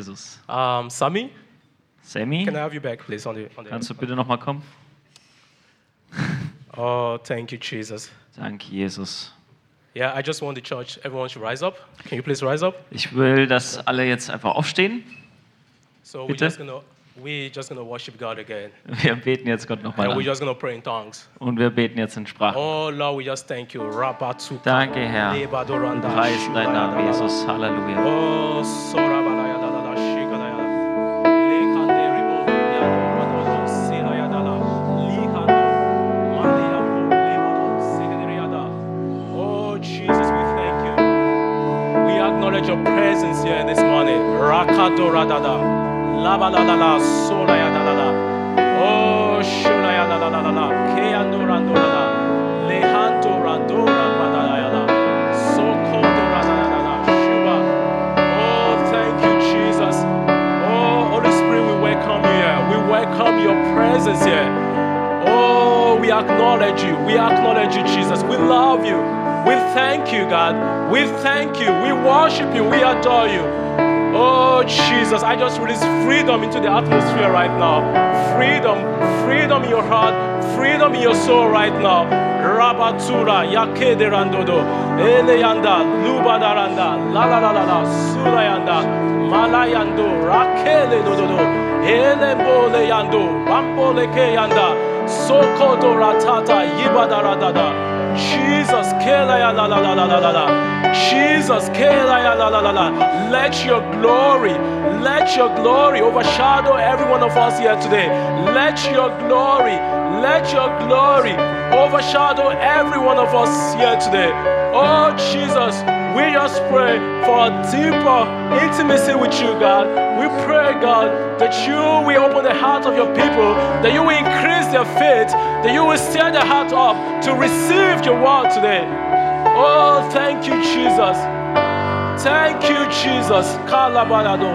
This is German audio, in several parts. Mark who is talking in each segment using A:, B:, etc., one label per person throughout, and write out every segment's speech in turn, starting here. A: Jesus.
B: Um, Sami,
A: Sammy,
B: can I have you back, please, on the on the.
A: kannst du bitte nochmal kommen?
B: Oh, thank you, Jesus.
A: Danke, Jesus.
B: Yeah, I just want the church. Everyone should rise up. Can you please rise up?
A: Ich will, dass alle jetzt einfach aufstehen.
B: So we're
A: Bitte?
B: just gonna we're just gonna worship God again,
A: Wir beten jetzt Gott nochmal
B: and we're
A: an.
B: just gonna pray in tongues.
A: Und wir beten jetzt in Sprache.
B: Oh Lord, we just thank you. Rabatu.
A: Danke, Herr.
B: Lebadoranda.
A: Preis dein Name, Jesus. Halleluja.
B: Oh, sorabalaya dadada, shikalaya. Lekanderibo, yadorado, silaya dada, likando, maliabo, lebado, sikederiada. Oh, Jesus, we thank you. We acknowledge your presence here this morning. Rakadora dada, labalala, solaya dada. Oh, shulaya dada dada, keandora dada, lehandora dora badaya dada, sokodora dada dada, shuba. Oh, thank you, Jesus. Oh, Holy Spirit, we welcome you here. We welcome your presence here. Oh, we acknowledge you. We acknowledge you, Jesus. We love you. We thank you, God. We thank you. We worship you. We adore you. Oh, Jesus, I just release freedom into the atmosphere right now. Freedom, freedom in your heart, freedom in your soul right now. Rabatura, yakederandodo, eleyanda, lubadaranda, la la la la la, sulayanda, malayando, rakele dododo, elembole yando, bambole keyanda, sokodo ratata, yibadaradada. Jesus, kelaya la la la la la la la. Jesus, kelaya la la la la. Let your glory, let your glory overshadow every one of us here today. Let your glory, let your glory overshadow every one of us here today. Oh Jesus, we just pray for a deeper intimacy with you, God. We pray, God, that you will open the heart of your people, that you will increase their faith, that you will stir their heart up to receive your word today. Oh, thank you, Jesus. Thank you, Jesus. Kalabalado.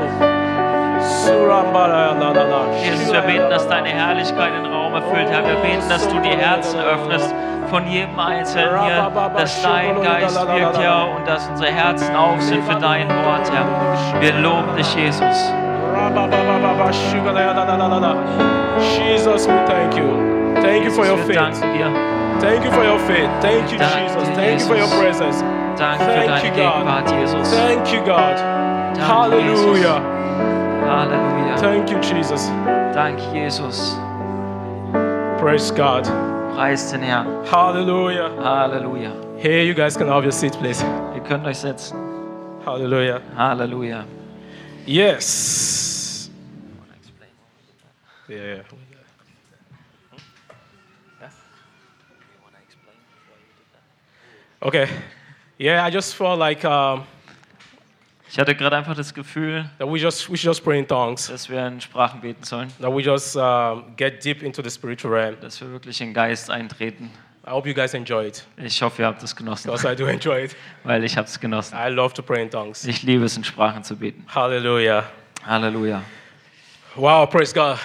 B: Surambarayadadada.
A: Jesus, wir beten, dass deine Herrlichkeit den Raum erfüllt, Herr. Wir beten, dass du die Herzen öffnest von jedem Einzelnen hier, dass dein Geist wirkt, Herr, und dass unsere Herzen auf sind für dein Wort, Herr. Wir loben dich, Jesus.
B: Jesus, we thank you. Thank you for your
A: Jesus, wir
B: faith.
A: danken dir.
B: Thank you for your faith. Thank you,
A: Danke,
B: Jesus. Thank you for your
A: Jesus.
B: presence.
A: Danke für
B: Thank
A: deine
B: you,
A: Gegenwart,
B: God.
A: Jesus.
B: Thank you, God.
A: Jesus.
B: Hallelujah.
A: Halleluja.
B: Thank you, Jesus.
A: Danke, Jesus.
B: Praise God.
A: Preis den Herrn.
B: Hallelujah.
A: Halleluja.
B: Hey, you guys can have your seat, please.
A: Ihr könnt euch setzen.
B: Hallelujah.
A: Halleluja.
B: Yes. Yeah. Okay. Yeah, I just felt like um,
A: Ich hatte gerade einfach das Gefühl,
B: that we just we should just pray in tongues.
A: dass wir in Sprachen beten sollen,
B: That we just um, get deep into the spiritual realm.
A: dass wir wirklich in den Geist eintreten.
B: I hope you guys enjoy it
A: Ich hoffe, ihr habt es genossen,
B: because I do enjoy it.
A: weil ich habe es genossen.
B: I love to pray in tongues.
A: Ich liebe es, in Sprachen zu beten.
B: Hallelujah.
A: Halleluja.
B: Wow, praise God.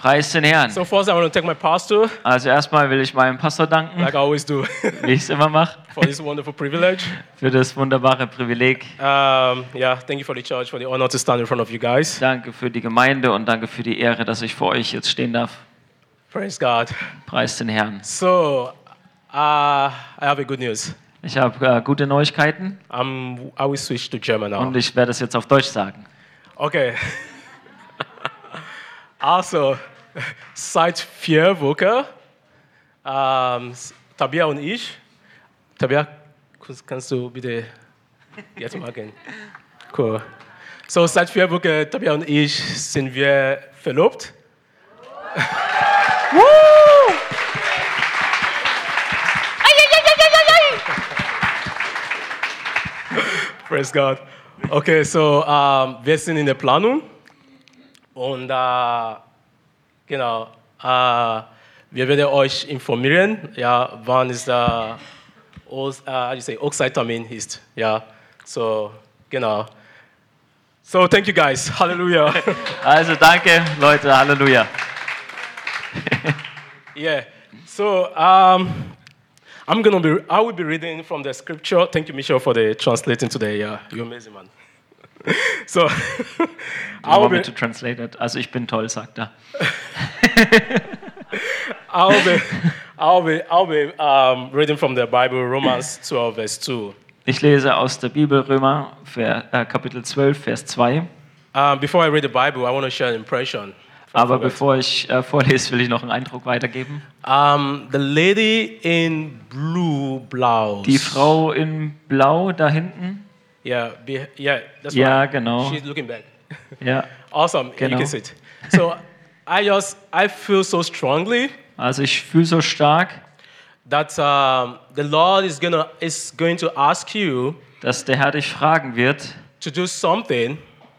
A: Preis den
B: So
A: Herrn.
B: first, I want to thank my pastor,
A: Also erstmal will ich meinem Pastor danken,
B: like I always do,
A: wie ich es immer mache,
B: for this wonderful privilege.
A: für das wunderbare Privileg.
B: Um, yeah, thank you for the church, for the honor to stand in front of you guys.
A: Danke für die Gemeinde und danke für die Ehre, dass ich vor euch jetzt stehen darf.
B: Praise God.
A: Preis den Herrn.
B: So, uh, I have a good news.
A: Ich habe äh, gute Neuigkeiten
B: Um, I will switch to German now.
A: und ich werde es jetzt auf Deutsch sagen.
B: Okay. also, seit vier Wochen, ähm, Tabia und ich, Tabia, kannst- kannst du bitte jetzt machen? Cool. So, seit vier Wochen, Tabia und ich, sind wir verlobt. Woo! Praise God. Okay, so ähm, wir sind in der Planung und äh, genau, äh, wir werden euch informieren, ja, wann ist der Os- äh, ich Oxide-Termin ist. Ja, so genau. So, thank you guys. Hallelujah.
A: Also danke, Leute. Halleluja.
B: yeah. So, um, I'm gonna be. I will be reading from the scripture. Thank you, Michelle, for the translating today. Yeah, you're amazing, man. So,
A: You want me
B: Auge,
A: to translate it? Also ich bin toll, sagt er.
B: I'll be, I'll be, I'll be um, reading from the Bible, Romans 12, verse 2.
A: Ich lese aus der Bibel Römer Ver- äh, Kapitel 12, Vers 2.
B: Um, before I read the Bible, I want to share an impression.
A: Aber bevor ich äh, vorlese, will ich noch einen Eindruck weitergeben.
B: Um, the lady in blue blouse.
A: Die Frau in Blau da hinten.
B: Yeah, be, yeah, that's
A: Ja,
B: right.
A: genau.
B: She's looking back.
A: Ja,
B: Awesome, you
A: Genau.
B: can sit. So, I just, I feel so strongly
A: also ich fühle so stark,
B: that um, the Lord is gonna is going to ask you
A: dass der Herr dich fragen wird,
B: to do something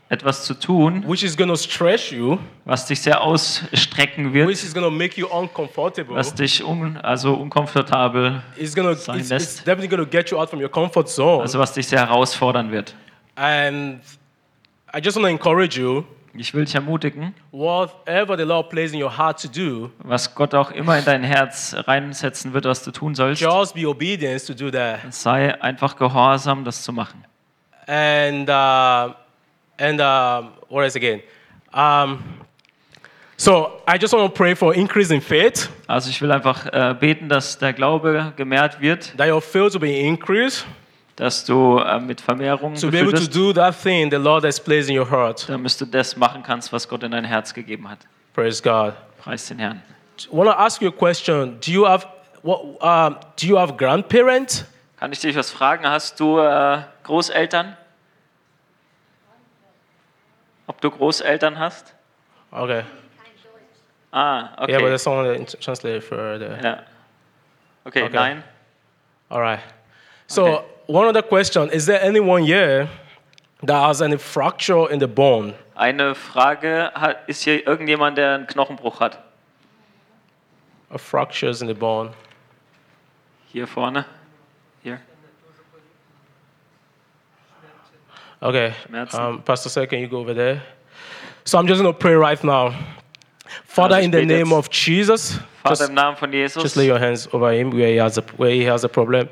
A: etwas zu tun,
B: which is gonna stress you,
A: was dich sehr ausstrecken
B: which
A: wird,
B: is gonna make you uncomfortable.
A: was dich un, also unkomfortabel,
B: It's gonna,
A: Sein
B: it's,
A: lässt.
B: it's definitely gonna get you out from your comfort zone.
A: also was dich sehr herausfordern wird.
B: and I just wanna encourage you,
A: Ich will dich ermutigen,
B: whatever the Lord plays in your heart to do,
A: was Gott auch immer in dein Herz reinsetzen wird, was du tun sollst,
B: just be obedient to do that.
A: sei einfach gehorsam, das zu machen.
B: And uh, and um, what else again? Um, so I just want to pray for increase in faith,
A: Also ich will einfach äh, beten, dass der Glaube gemehrt wird,
B: that your faith will be increased
A: dass du äh, mit Vermehrung
B: to be able to
A: bist,
B: do that thing the Lord has placed in your heart.
A: damit du das machen kannst, was Gott in dein Herz gegeben hat.
B: Praise God.
A: Preis den Herrn.
B: I want to ask you a question. Do you have what? Um, do you have grandparents?
A: Kann ich dich was fragen? Hast du äh, Großeltern? Ob du Großeltern hast?
B: Okay.
A: Ah, okay.
B: Yeah, but there's someone that translated for the.
A: Ja. Okay,
B: Okay.
A: nein.
B: All right. So
A: Okay.
B: one other question: Is there anyone here that has any fracture in the bone?
A: Eine Frage, hat- ist hier irgendjemand, der einen Knochenbruch hat?
B: A fractures in the bone.
A: Hier vorne? Hier?
B: Okay.
A: Schmerzen.
B: Um, Pastor, sir, can you go over there? So I'm just going to pray right now. Father,
A: Also,
B: in the
A: ich bete
B: name
A: jetzt.
B: of Jesus,
A: Vater,
B: just,
A: im Namen von Jesus,
B: just lay your hands over him where he has a, where he has a problem.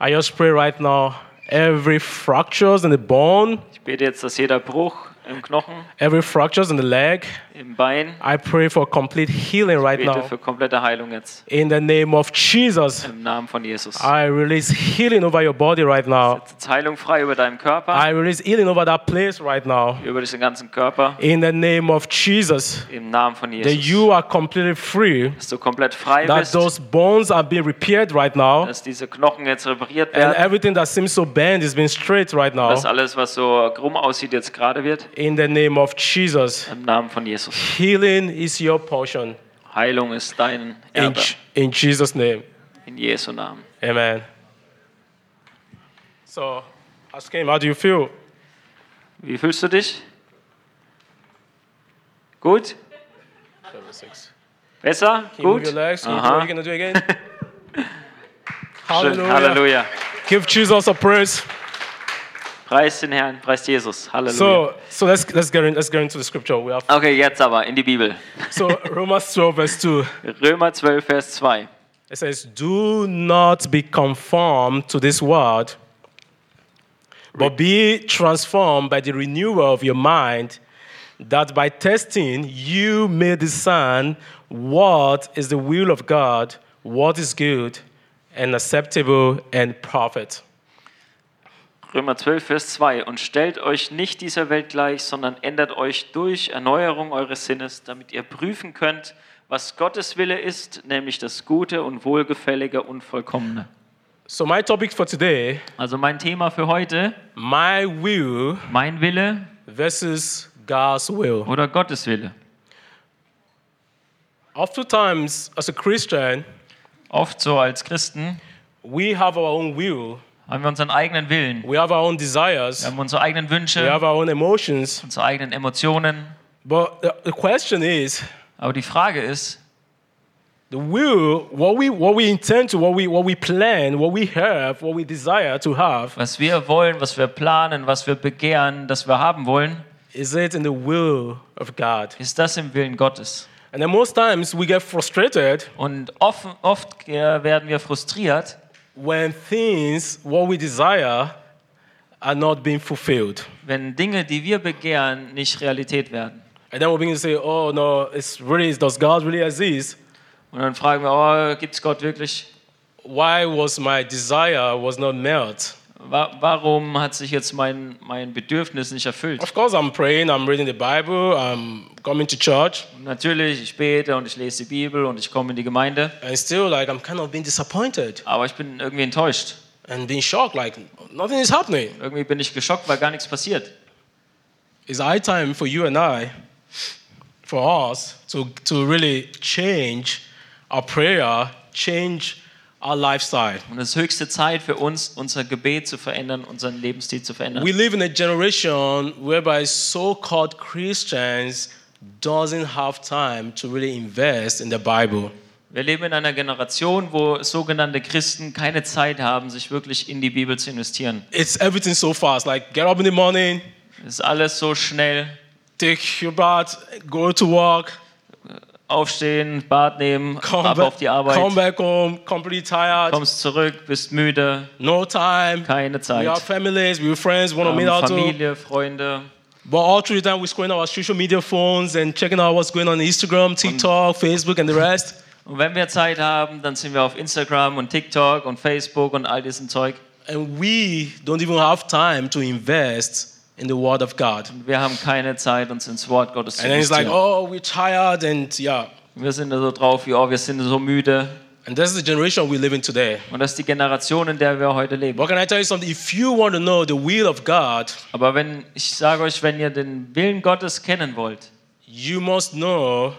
B: I just pray right now. Every fractures in the bone,
A: ich bete jetzt, dass jeder Bruch im Knochen,
B: every fractures in the leg,
A: im Bein,
B: I pray for complete healing right
A: bete
B: now.
A: für komplette Heilung jetzt.
B: In the name of Jesus,
A: Im Namen von Jesus.
B: I release healing over your body right now.
A: Jetzt Heilung frei über deinem Körper,
B: I release healing over that place right now.
A: über diesen ganzen Körper,
B: In the name of Jesus,
A: im Namen von
B: that
A: Jesus.
B: you are completely free,
A: dass du komplett frei
B: that
A: bist,
B: those bones are being repaired right now,
A: dass diese Knochen jetzt repariert
B: and
A: werden,
B: everything that seems so bent is being straight right now.
A: dass alles, was so krumm aussieht, jetzt gerade wird.
B: In the name of Jesus,
A: Im Namen von Jesus.
B: healing is your portion.
A: Heilung ist dein
B: In,
A: Erbe.
B: Je- in Jesus' name,
A: In Jesu Namen.
B: amen. So, ask him, how do you feel?
A: Wie fühlst du dich? Gut?
B: Seven, six.
A: Besser?
B: Can you move
A: Gut?
B: your legs? Can you do what
A: Aha.
B: you're going to do again?
A: Schön.
B: Hallelujah.
A: Halleluja.
B: Give Jesus a praise.
A: Preis den Herrn, preis Jesus. Halleluja.
B: So, so let's let's get in, let's get into the scripture. We have
A: Okay, jetzt aber in die Bibel.
B: so Romans 12 verse 2.
A: Römer 12, Vers 2.
B: It says, "Do not be conformed to this world, but be transformed by the renewal of your mind, that by testing you may discern what is the will of God, what is good and acceptable and perfect."
A: Römer 12, Vers 2. Und stellt euch nicht dieser Welt gleich, sondern ändert euch durch Erneuerung eures Sinnes, damit ihr prüfen könnt, was Gottes Wille ist, nämlich das Gute und Wohlgefällige und Vollkommene.
B: So my topic for today,
A: Also mein Thema für heute,
B: my will
A: mein Wille
B: versus God's will.
A: oder Gottes Wille.
B: Oftentimes, as a Christian,
A: Oft so als Christen
B: we have our own will,
A: haben wir unseren eigenen Willen,
B: we have our own desires,
A: wir haben unsere eigenen
B: we
A: Wünsche,
B: have our own emotions.
A: unsere eigenen Emotionen.
B: But the, the question is
A: Aber die Frage ist,
B: the will, what we, what we intend to, what we, what we plan, what we have, what we desire to have,
A: was wir wollen, was wir planen, was wir begehren, das wir haben wollen,
B: is it in the will of God?
A: ist das im Willen Gottes.
B: And then most times we get frustrated
A: Und offen, oft äh, werden wir frustriert,
B: when things, what we desire, are not being fulfilled.
A: wenn Dinge, die wir begehren, nicht Realität werden.
B: And then we begin to say, oh no, it's really, does God really exist?
A: Und dann fragen wir, oh, gibt es Gott wirklich?
B: Why was my desire was not met?
A: Wa warum hat sich jetzt mein, mein Bedürfnis nicht erfüllt?
B: Of course, I'm praying, I'm reading the Bible, I'm coming to church,
A: Und natürlich, ich bete und ich lese die Bibel und ich komme in die Gemeinde,
B: and still, like, I'm kind of being disappointed
A: aber ich bin irgendwie enttäuscht.
B: and being shocked, like, nothing is happening.
A: Irgendwie bin ich geschockt, weil gar nichts passiert.
B: It's high time for you and I, for us, to, to really change our prayer, change our lifestyle.
A: Und es ist höchste Zeit für uns, unser Gebet zu verändern, unseren Lebensstil zu verändern.
B: We live in a generation whereby so-called Christians doesn't have time to really invest in the Bible.
A: Wir leben in einer Generation, wo sogenannte Christen keine Zeit haben, sich wirklich in die Bibel zu investieren.
B: It's everything so fast. Like get up in the morning,
A: Es ist alles so schnell.
B: take your bath, go to work,
A: Aufstehen, Bad nehmen,
B: come,
A: ab
B: back,
A: auf die Arbeit.
B: come back home, completely tired,
A: kommst zurück, bist müde,
B: no time.
A: keine
B: We have
A: Zeit.
B: families, we have friends, want to meet
A: Ähm,
B: out to.
A: Familie, Freunde.
B: But all through the time, we're scrolling our social media phones and checking out what's going on Instagram, TikTok, Facebook, and the rest.
A: Und wenn wir Zeit haben, dann sind wir auf Instagram und TikTok und Facebook und all diesem Zeug.
B: And we don't even have time to invest in the Word of God.
A: Wir haben keine Zeit, uns ins Wort Gottes zu
B: And then it's like,
A: investieren.
B: oh, we're tired, and yeah.
A: Wir sind da so drauf, wie, oh, wir sind so müde.
B: And this is the generation we live in today.
A: Und das ist die Generation, in der wir heute leben.
B: But can I tell you something? If you want to know the will of God,
A: Aber wenn ich sage euch, wenn ihr den Willen Gottes kennen wollt,
B: you must know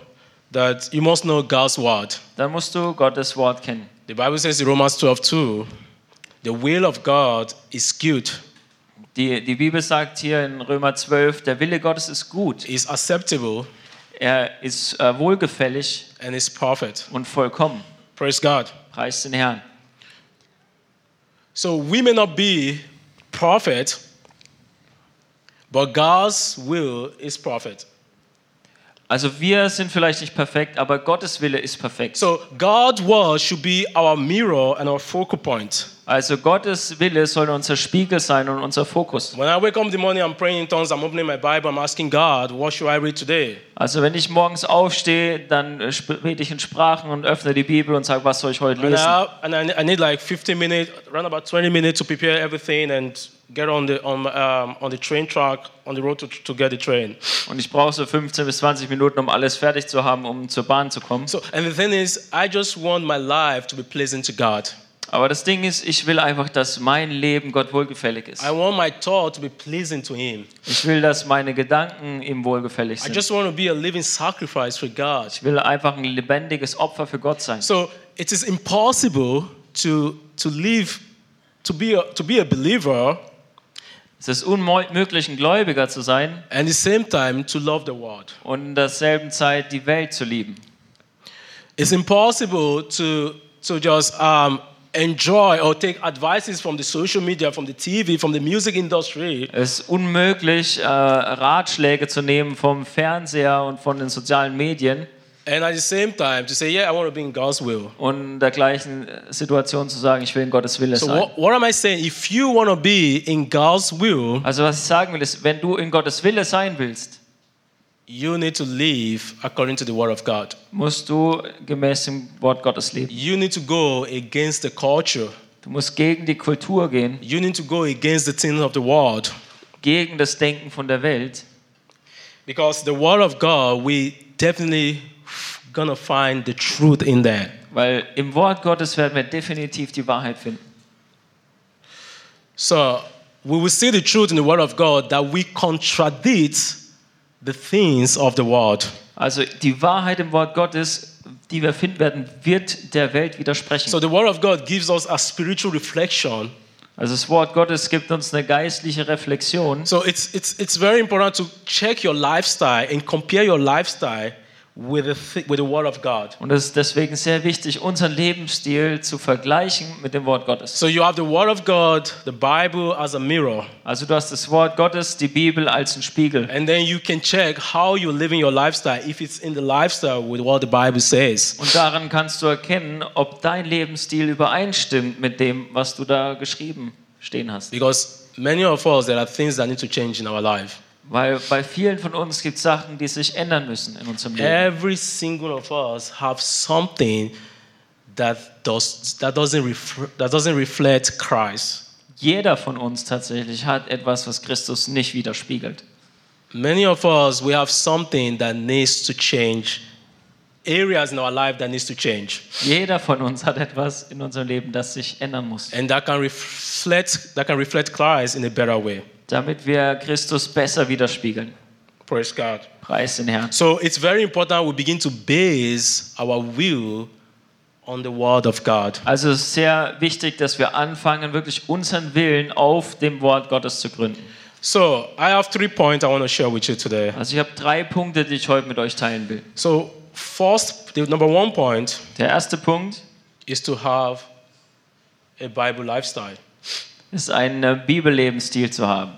B: that you must know God's Word.
A: dann musst du Gottes Wort kennen.
B: The Bible says in Romans 12 2, the will of God is good,
A: Die, die Bibel sagt hier in Römer 12, der Wille Gottes ist gut,
B: is acceptable,
A: er ist äh, wohlgefällig
B: and is perfect.
A: und vollkommen.
B: Praise God.
A: Preis den Herrn.
B: So we may not be perfect, but God's will is perfect.
A: Also wir sind vielleicht nicht perfekt, aber Gottes Wille ist perfekt.
B: So God's word should be our mirror and our focal point.
A: Also Gottes Wille soll unser Spiegel sein und unser Fokus.
B: When I wake up in the morning, I'm praying in tongues, I'm opening my Bible, I'm asking God, what should I read today?
A: Also wenn ich morgens aufstehe, dann äh, sp- bete ich in Sprachen und öffne die Bibel und sage, was soll ich heute
B: And, I,
A: lesen?
B: have- and I, I need like 15 minutes, around about 20 minutes to prepare everything and get on the, on, um, on the train track, on the road to, to get the train.
A: Und ich brauche so 15 bis 20 Minuten, um alles fertig zu haben, um zur Bahn zu kommen.
B: So, and the thing is, I just want my life to be pleasing to God.
A: Aber das Ding ist, ich will einfach, dass mein Leben Gott wohlgefällig ist.
B: I want my thought to be pleasing to Him.
A: Ich will, dass meine Gedanken ihm wohlgefällig
B: I
A: sind.
B: just want to be a living sacrifice for God.
A: Ich will einfach ein lebendiges Opfer für Gott sein.
B: So it is impossible to, to live, to be, a, to be a believer,
A: Es ist unmöglich, ein Gläubiger zu sein
B: and at the same time to love the world.
A: und in derselben Zeit die Welt zu lieben.
B: It's impossible to, to just um, enjoy or take advices from the social media, from the TV, from the music industry,
A: Es ist unmöglich, äh, Ratschläge zu nehmen vom Fernseher und von den sozialen Medien
B: and at the same time to say, yeah, I want to be in God's will.
A: und in der gleichen Situation zu sagen, ich will in Gottes Wille
B: So
A: sein.
B: what, what am I saying? If you want to be in God's will,
A: Also was ich sagen will, ist, wenn du in Gottes Wille sein willst,
B: you need to live according to the Word of God.
A: musst du gemäß dem Wort Gottes leben.
B: You need to go against the culture.
A: Du musst gegen die Kultur gehen,
B: You need to go against the things of the world.
A: gegen das Denken von der Welt.
B: Because the word of God, we definitely gonna find the truth in there.
A: Weil im Wort Gottes werden wir definitiv die Wahrheit finden.
B: So we will see the truth in the word of God that we contradict the things of the world.
A: Also die Wahrheit im Wort Gottes, die wir finden werden, wird der Welt widersprechen.
B: So the word of God gives us a spiritual reflection.
A: Also das Wort Gottes gibt uns eine geistliche Reflexion.
B: So it's it's it's very important to check your lifestyle and compare your lifestyle with the thi- with the word of God.
A: Und es ist deswegen sehr wichtig, unseren Lebensstil zu vergleichen mit dem Wort Gottes.
B: So you have the word of God, the Bible as a mirror,
A: Also du hast das Wort Gottes, die Bibel als ein Spiegel.
B: and then you can check how you're living your lifestyle if it's in the lifestyle with what the Bible says.
A: Und daran kannst du erkennen, ob dein Lebensstil übereinstimmt mit dem, was du da geschrieben stehen hast.
B: Because Many of us, there are things that need to change in our life.
A: Weil bei vielen von uns gibt es Sachen, die sich ändern müssen in unserem Leben.
B: Every single of us have something that does that doesn't ref, that doesn't reflect Christ.
A: Jeder von uns tatsächlich hat etwas, was Christus nicht widerspiegelt.
B: Many of us we have something that needs to change. Areas in our life that needs to change,
A: Jeder von uns hat etwas in unserem Leben, das sich ändern muss,
B: and that can reflect that can reflect Christ in a better way.
A: damit wir Christus besser widerspiegeln.
B: Praise God.
A: Preis den Herrn.
B: So it's very important we begin to base our will on the Word of God.
A: Also es ist sehr wichtig, dass wir anfangen, wirklich unseren Willen auf dem Wort Gottes zu gründen.
B: So I have three points I want to share with you today.
A: Also ich habe drei Punkte, die ich heute mit euch teilen will.
B: So first, the number one point
A: Der erste Punkt
B: is to have a Bible lifestyle.
A: ist, einen äh, Bibellebensstil zu haben.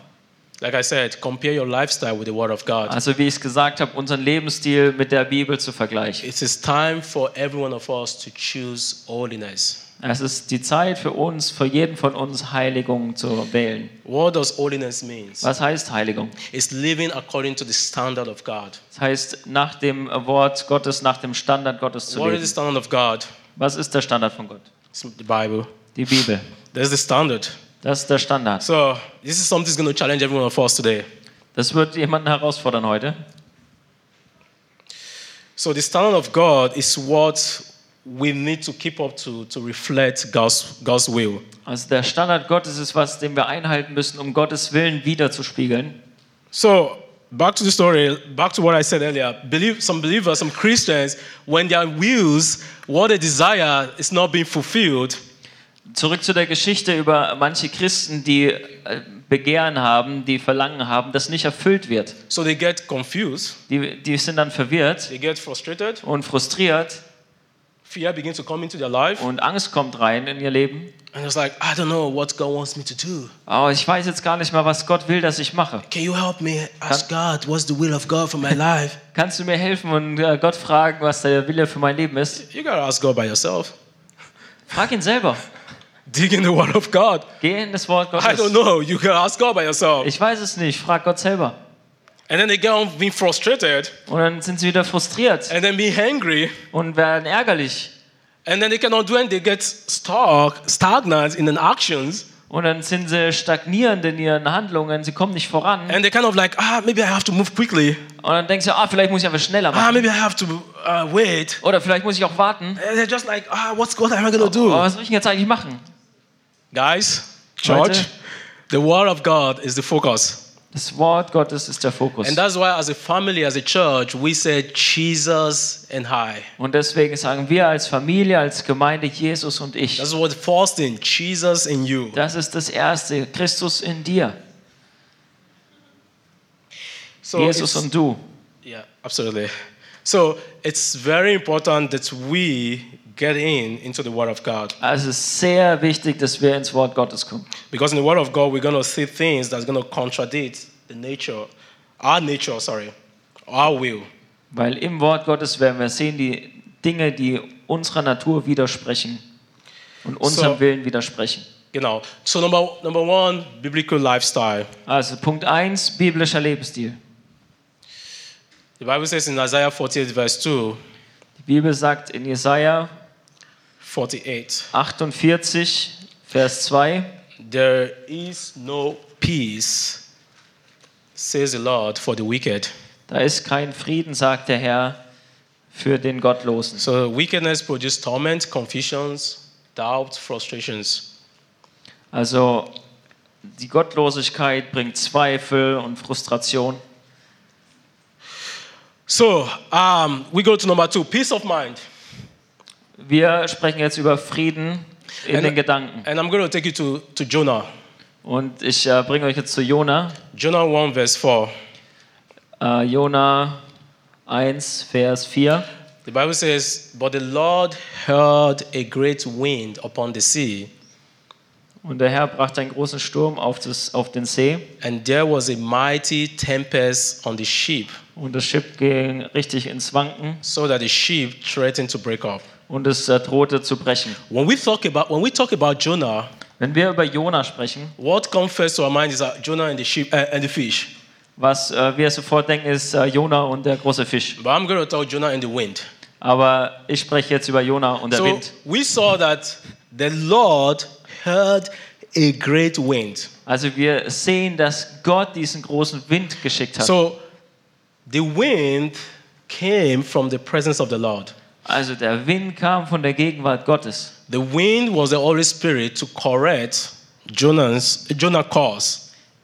B: Like I said, compare your lifestyle with the Word of God.
A: Also wie ich es gesagt habe, unseren Lebensstil mit der Bibel zu vergleichen.
B: It is time for every one of us to choose holiness.
A: Es ist die Zeit für uns, für jeden von uns, Heiligung zu wählen.
B: What does holiness mean?
A: Was heißt Heiligung?
B: It's living according to the standard of God.
A: Das heißt, nach dem Wort Gottes, nach dem Standard Gottes zu
B: What is the
A: leben.
B: standard of God?
A: Was ist der Standard von Gott?
B: It's the Bible.
A: Die Bibel.
B: There's the standard.
A: Das ist der Standard.
B: So this is something that's going to challenge every one of us today.
A: Das wird jemanden herausfordern heute.
B: So the standard of God is what we need to keep up to to reflect God's God's will.
A: Also der Standard Gottes ist was, den wir einhalten müssen, um Gottes Willen wiederzuspiegeln.
B: So back to the story, back to what I said earlier. Believe, some believers, some Christians, when their wills, what they desire is not being fulfilled,
A: Zurück zu der Geschichte über manche Christen, die äh, Begehren haben, die Verlangen haben, das nicht erfüllt wird.
B: so they get confused,
A: Die, die sind dann verwirrt
B: they get frustrated,
A: und frustriert
B: fear begins to come into their life,
A: und Angst kommt rein in ihr Leben.
B: and it's like, I don't know what God wants me to do.
A: Aber ich weiß jetzt gar nicht mal, was Gott will, dass ich mache.
B: Can you help me? Ask God, what's the will of God for my life?
A: Kannst du mir helfen und äh, Gott fragen, was der Wille für mein Leben ist?
B: You gotta ask God by yourself.
A: Frag ihn selber.
B: Dig in the Word of God.
A: Geh in das Wort
B: I don't
A: Gottes.
B: know. You gotta ask God by yourself.
A: Ich weiß es nicht. Frag Gott selber.
B: And then they get on being frustrated,
A: Und dann sind sie wieder frustriert
B: and then being angry,
A: und werden ärgerlich.
B: and then they cannot do anything. They get stuck, stagnant in their actions.
A: Und dann sind sie stagnierend in ihren Handlungen. Sie kommen nicht voran.
B: And they're kind of like, ah, maybe I have to move quickly.
A: Und dann denkst du, ah, vielleicht muss ich einfach schneller
B: Ah,
A: machen.
B: maybe I have to uh, wait.
A: Oder vielleicht muss ich auch warten.
B: And they're just like, ah, what's God am I going to do?
A: Aber was soll ich denn jetzt eigentlich machen?
B: Guys,
A: Leute.
B: church, the word of God is the focus.
A: Das Wort Gottes ist der Fokus.
B: And that's why, as a family, as a church, we said Jesus and I.
A: Und deswegen sagen wir als Familie, als Gemeinde, Jesus und ich.
B: That's what the first thing Jesus and you.
A: Das ist das Erste. Christus in dir.
B: So
A: Jesus
B: it's-
A: und du.
B: Yeah, absolutely. So it's very important that we get in into the Word of God
A: Also es ist sehr wichtig, dass wir ins Wort Gottes kommen.
B: because in the Word of God we're gonna see things that's gonna contradict the nature, our nature, sorry, our will.
A: Weil im Wort Gottes werden wir sehen, die Dinge, die unserer Natur widersprechen und unserem
B: So.
A: Willen widersprechen.
B: You know. So number number one, biblical lifestyle.
A: Also Punkt 1, biblischer Lebensstil.
B: The Bible says in Isaiah 48 verse 2,
A: Die Bibel sagt in Jesaja
B: 48,
A: 48, Vers 2,
B: there is no peace, says the Lord, for the wicked.
A: da ist kein Frieden, sagt der Herr, für den Gottlosen.
B: So wickedness produces torment, confusions, doubts, frustrations.
A: Also die Gottlosigkeit bringt Zweifel und Frustration.
B: So um, we go to number two, peace of mind.
A: Wir sprechen jetzt über Frieden in
B: And-
A: den Gedanken.
B: And I'm going to take you to, to Jonah.
A: Und ich äh, bringe euch jetzt zu Jona.
B: Jonah 1 verse 4.
A: Äh, Jona 1, Vers 4.
B: The Bible says, But the Lord heard a great wind upon the sea,
A: Und der Herr brachte einen großen Sturm auf, das, auf den See
B: and there was a mighty tempest on the ship,
A: und das Schiff ging richtig ins Wanken
B: so that the ship threatened to break up.
A: und es äh, drohte zu brechen.
B: When we talk about when we talk about Jonah,
A: Wenn wir über Jona sprechen,
B: What comes first to our mind is uh, Jonah and the sheep uh, and the fish.
A: was äh, wir sofort denken, ist äh, Jona und der große Fisch.
B: But I'm going to talk Jonah and the wind.
A: Aber ich spreche jetzt über Jona und der
B: So
A: Wind.
B: we saw that the Lord heard a great wind.
A: Also wir sehen, dass Gott diesen großen Wind geschickt hat.
B: So the wind came from the presence of the Lord.
A: also der Wind kam von der Gegenwart Gottes.
B: The wind was the Holy Spirit to correct Jonah's Jonah cause.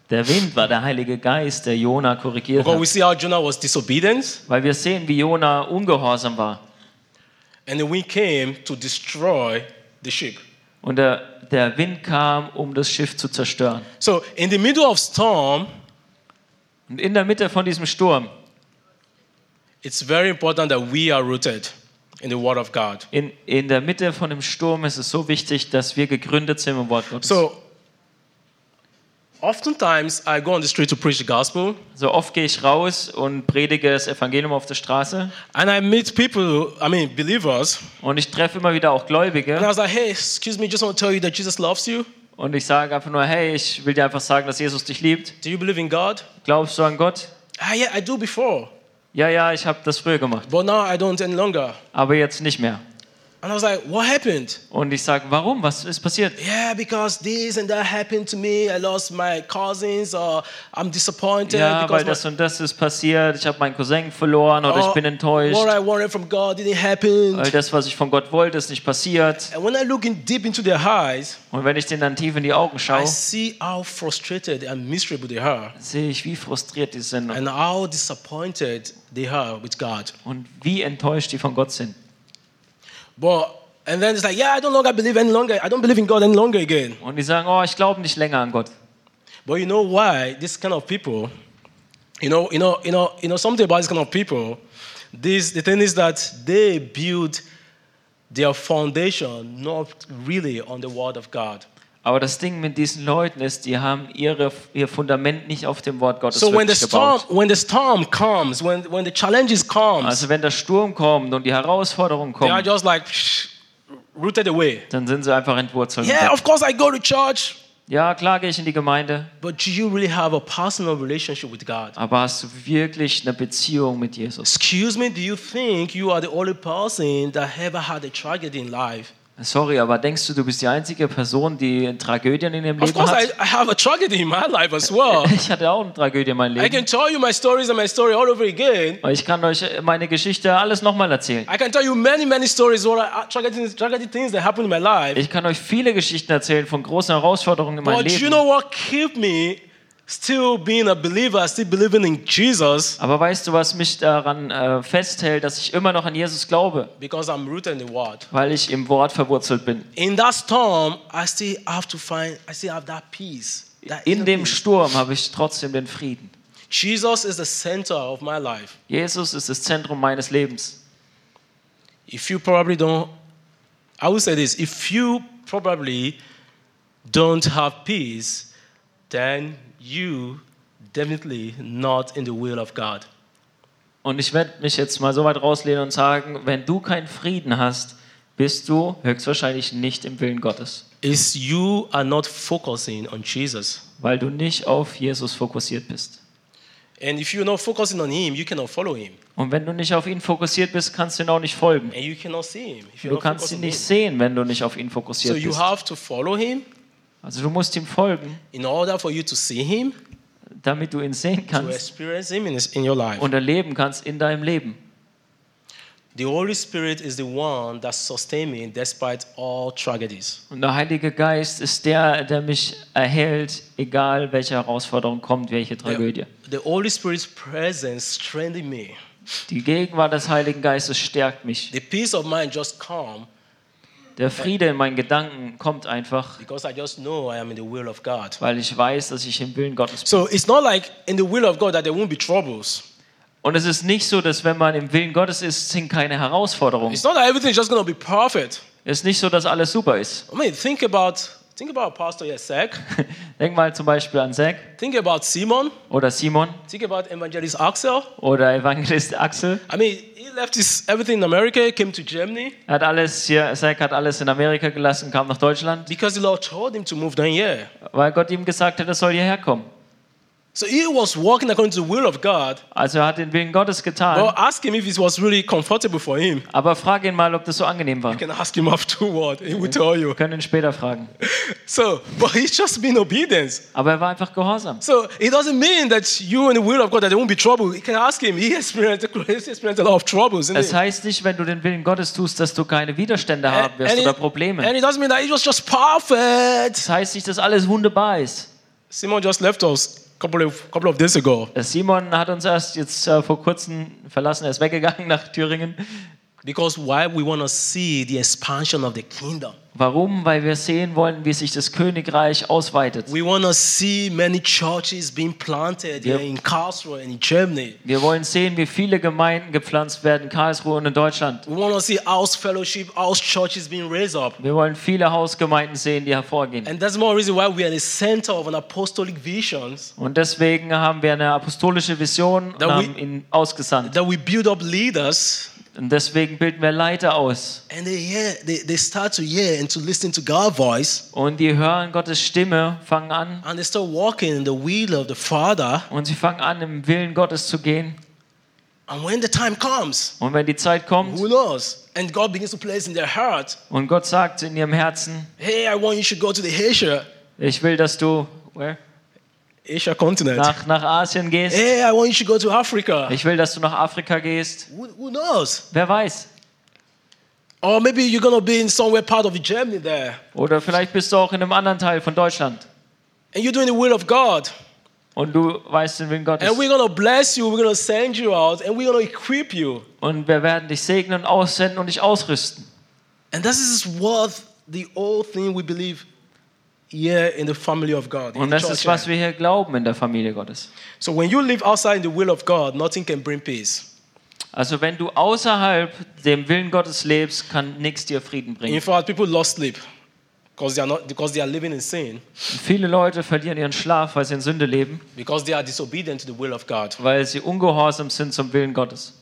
A: Der Wind war der Heilige Geist, der Jona korrigiert
B: Because we
A: hat.
B: see how Jonah was disobedient,
A: Weil wir sehen, wie Jona ungehorsam war.
B: and the wind came to destroy the ship.
A: Und der, der Wind kam, um das Schiff zu zerstören.
B: So in the middle of storm,
A: Und in der Mitte von diesem Sturm,
B: it's very important that we are rooted in the Word of God.
A: in, in der Mitte von dem Sturm ist es so wichtig, dass wir gegründet sind im Wort Gottes.
B: So oftentimes I go on the street to preach the gospel,
A: So oft gehe ich raus und predige das Evangelium auf der Straße
B: and I meet people, I mean believers,
A: und ich treffe immer wieder auch
B: and I
A: Gläubige
B: was like, hey, excuse me, just want to tell you that Jesus loves you.
A: und ich sage einfach nur, hey, ich will dir einfach sagen, dass Jesus dich liebt.
B: Do you believe in God?
A: Glaubst du an Gott?
B: Ah, yeah, I do before,
A: Ja, ja, ich habe das früher gemacht,
B: but now I don't any longer.
A: aber jetzt nicht mehr.
B: And I was like, what happened?
A: Und ich sage, warum? Was ist passiert?
B: Yeah, because this and that happened to me. I lost my cousins, or I'm disappointed
A: Ja, weil
B: because
A: das und das ist passiert. Ich habe meinen Cousin verloren
B: my-
A: oder ich bin
B: or
A: enttäuscht.
B: what I wanted from God didn't happen.
A: Weil das, was ich von Gott wollte, ist nicht passiert.
B: And when I look in deep into their eyes,
A: Und wenn ich denen dann tief in die Augen
B: I
A: schaue,
B: see how frustrated and miserable they are,
A: sehe ich, wie frustriert die sind
B: and how disappointed they are with God.
A: und wie enttäuscht die von Gott sind.
B: But and then it's like, yeah, I don't longer believe any longer. I don't believe in God any longer again.
A: Und die sagen, oh, ich glaube nicht länger an Gott.
B: But you know why this kind of people, you know, you know, you know, you know something about this kind of people. This the thing is that they build their foundation not really on the word of God.
A: Aber das Ding mit diesen Leuten ist, die haben ihre, ihr Fundament nicht auf dem Wort Gottes
B: So when the
A: wirklich
B: storm
A: gebaut.
B: when the storm comes, when when the challenges comes,
A: Also wenn der Sturm kommt und die Herausforderungen
B: they are
A: kommen,
B: just like psh, rooted away.
A: dann sind sie einfach entwurzelt.
B: Yeah, of course I go to church,
A: Ja, klar gehe ich in die Gemeinde,
B: but do you really have a personal relationship with God?
A: aber hast du wirklich eine Beziehung mit Jesus?
B: Excuse me, do you think you are the only person that ever had a tragedy in life?
A: Sorry, aber denkst du, du bist die einzige Person, die Tragödien in ihrem
B: Of
A: Leben
B: course, I,
A: hat?
B: I have a tragedy in my life as well.
A: Ich hatte auch eine Tragödie in meinem
B: I
A: Leben.
B: can tell you my stories and my story all over again.
A: Aber Ich kann euch meine Geschichte alles nochmal erzählen.
B: I can tell you many, many stories what I, uh, tragedy, tragedy things that happened in my life.
A: Ich kann euch viele Geschichten erzählen von großen Herausforderungen in meinem
B: But you
A: Leben.
B: know what kept me still being a believer, still believing in Jesus?
A: Aber weißt du, was mich daran äh, festhält, dass ich immer noch an Jesus glaube?
B: Because I'm rooted in the Word.
A: Weil ich im Wort verwurzelt bin.
B: In that storm, I still have to find, I still have that peace. That
A: In
B: inner
A: dem
B: peace.
A: Sturm habe ich trotzdem den Frieden.
B: Jesus is the center of my life.
A: Jesus ist das Zentrum meines Lebens.
B: If you probably don't, I will say this if you probably don't have peace, then you definitely not in the will of God.
A: Und ich werde mich jetzt mal so weit rauslehnen und sagen, wenn du keinen Frieden hast, bist du höchstwahrscheinlich nicht im Willen Gottes,
B: Is you are not focusing on Jesus.
A: weil du nicht auf Jesus fokussiert bist.
B: And if you're not focusing on Him, you cannot follow Him.
A: Und wenn du nicht auf ihn fokussiert bist, kannst du ihn auch nicht folgen.
B: And you cannot see Him. If you're
A: Du
B: not
A: kannst
B: focused
A: ihn
B: on
A: nicht
B: him.
A: sehen, wenn du nicht auf ihn
B: So
A: fokussiert
B: you
A: bist.
B: have to follow Him
A: Also du musst ihm folgen,
B: in order for you to see Him,
A: damit du ihn sehen
B: to
A: kannst
B: experience Him in, his, in your life.
A: und erleben kannst in deinem Leben.
B: The Holy Spirit is the one that sustains me despite all tragedies.
A: Und der Heilige Geist ist der, der mich erhält, egal welche Herausforderung kommt, welche Tragödie.
B: The Holy Spirit's presence strengthened me.
A: Die Gegenwart des Heiligen Geistes stärkt mich.
B: The peace of mind just calm
A: Der Friede in meinen Gedanken kommt einfach,
B: because I just know I am in the will of God.
A: weil ich weiß, dass ich im Willen Gottes bin.
B: So it's not like in the will of God that there won't be troubles.
A: Und es ist nicht so, dass wenn man im Willen Gottes ist, sind keine Herausforderungen.
B: It's not that everything is just going to be perfect.
A: Es ist nicht so, dass alles super ist.
B: I mean, think about Think about Pastor Yesek.
A: Denk mal zum Beispiel an Zack
B: Think about Simon.
A: oder Simon
B: Think about Evangelist Axel.
A: oder Evangelist Axel.
B: I mean, he left his everything in America, came to Germany
A: Er hat alles hier, Zack hat alles in Amerika gelassen, kam nach Deutschland,
B: because the Lord told him to move down here.
A: weil Gott ihm gesagt hat, er soll hierher kommen.
B: So he was walking according to the will of God.
A: Also er hat den Willen Gottes getan.
B: Well, ask him if it was really comfortable for him. You
A: Aber frag ihn mal, ob das so angenehm war. Wir
B: can ask him afterward. He will tell you.
A: können ihn später fragen.
B: So, but he's just been obedient.
A: Aber er war einfach gehorsam.
B: So it doesn't mean that you in the will of God that there won't be trouble. You can ask him. He experienced, he experienced a lot of troubles. didn't
A: Es
B: he?
A: heißt nicht, wenn du den Willen Gottes tust, dass du keine Widerstände haben wirst
B: and
A: oder
B: it, and
A: Probleme.
B: it doesn't mean that it was just perfect.
A: Es heißt nicht, dass alles wunderbar ist.
B: Simon just left us a couple of, couple of days ago
A: Der Simon hat uns erst jetzt äh, vor kurzem verlassen, er ist weggegangen nach Thüringen.
B: because why we want to see the expansion of the kingdom.
A: Warum? Weil wir sehen wollen, wie sich das Königreich ausweitet.
B: We want to see many churches being
A: Yep.
B: planted here in Karlsruhe and in Germany.
A: Wir wollen sehen, wie viele Gemeinden gepflanzt werden in Karlsruhe und in Deutschland.
B: We want to see house fellowship, house churches being raised up.
A: Wir wollen viele Hausgemeinden sehen, die hervorgehen.
B: And that's more reason why we are the center of an apostolic vision
A: Und deswegen haben wir eine apostolische Vision und
B: Da
A: haben
B: we-
A: ihn ausgesandt.
B: that we build up leaders
A: Und deswegen bilden wir Leiter aus.
B: and they hear, they, they start to hear and to listen to God's voice
A: Und die hören Gottes Stimme, fangen an
B: and they start walking in the will of the Father.
A: und sie fangen an, im Willen Gottes zu gehen.
B: And when the time comes,
A: Und wenn die Zeit kommt
B: who knows? And God begins to place in their heart,
A: und Gott sagt in ihrem Herzen,
B: hey, I want you to go to the Asia,
A: ich will, dass du where?
B: Asia continent.
A: nach, nach Asien gehst.
B: Hey, I want you to go to Africa.
A: Ich will, dass du nach Afrika gehst.
B: Who, who knows?
A: Wer weiß.
B: Or maybe you're going to be in somewhere part of Germany there.
A: Oder vielleicht bist du auch in einem anderen Teil von Deutschland.
B: And you're doing the will of God.
A: Und du weißt den Willen Gottes.
B: And we're going to bless you. We're going to send you out. And we're going to equip you.
A: Und wir werden dich segnen und aussenden und dich ausrüsten.
B: And this is what the whole thing we believe here in the family of God. in
A: Und
B: the
A: das ist,
B: church
A: was
B: here.
A: wir hier glauben in der Familie Gottes.
B: So when you live outside in the will of God, nothing can bring peace.
A: Also wenn du außerhalb dem Willen Gottes lebst, kann nichts dir Frieden
B: In
A: bringen.
B: fact, people lost sleep because they are not because they are living in sin,
A: Und viele Leute verlieren ihren Schlaf, weil sie in Sünde leben,
B: because they are disobedient to the will of God.
A: weil sie ungehorsam sind zum Willen Gottes.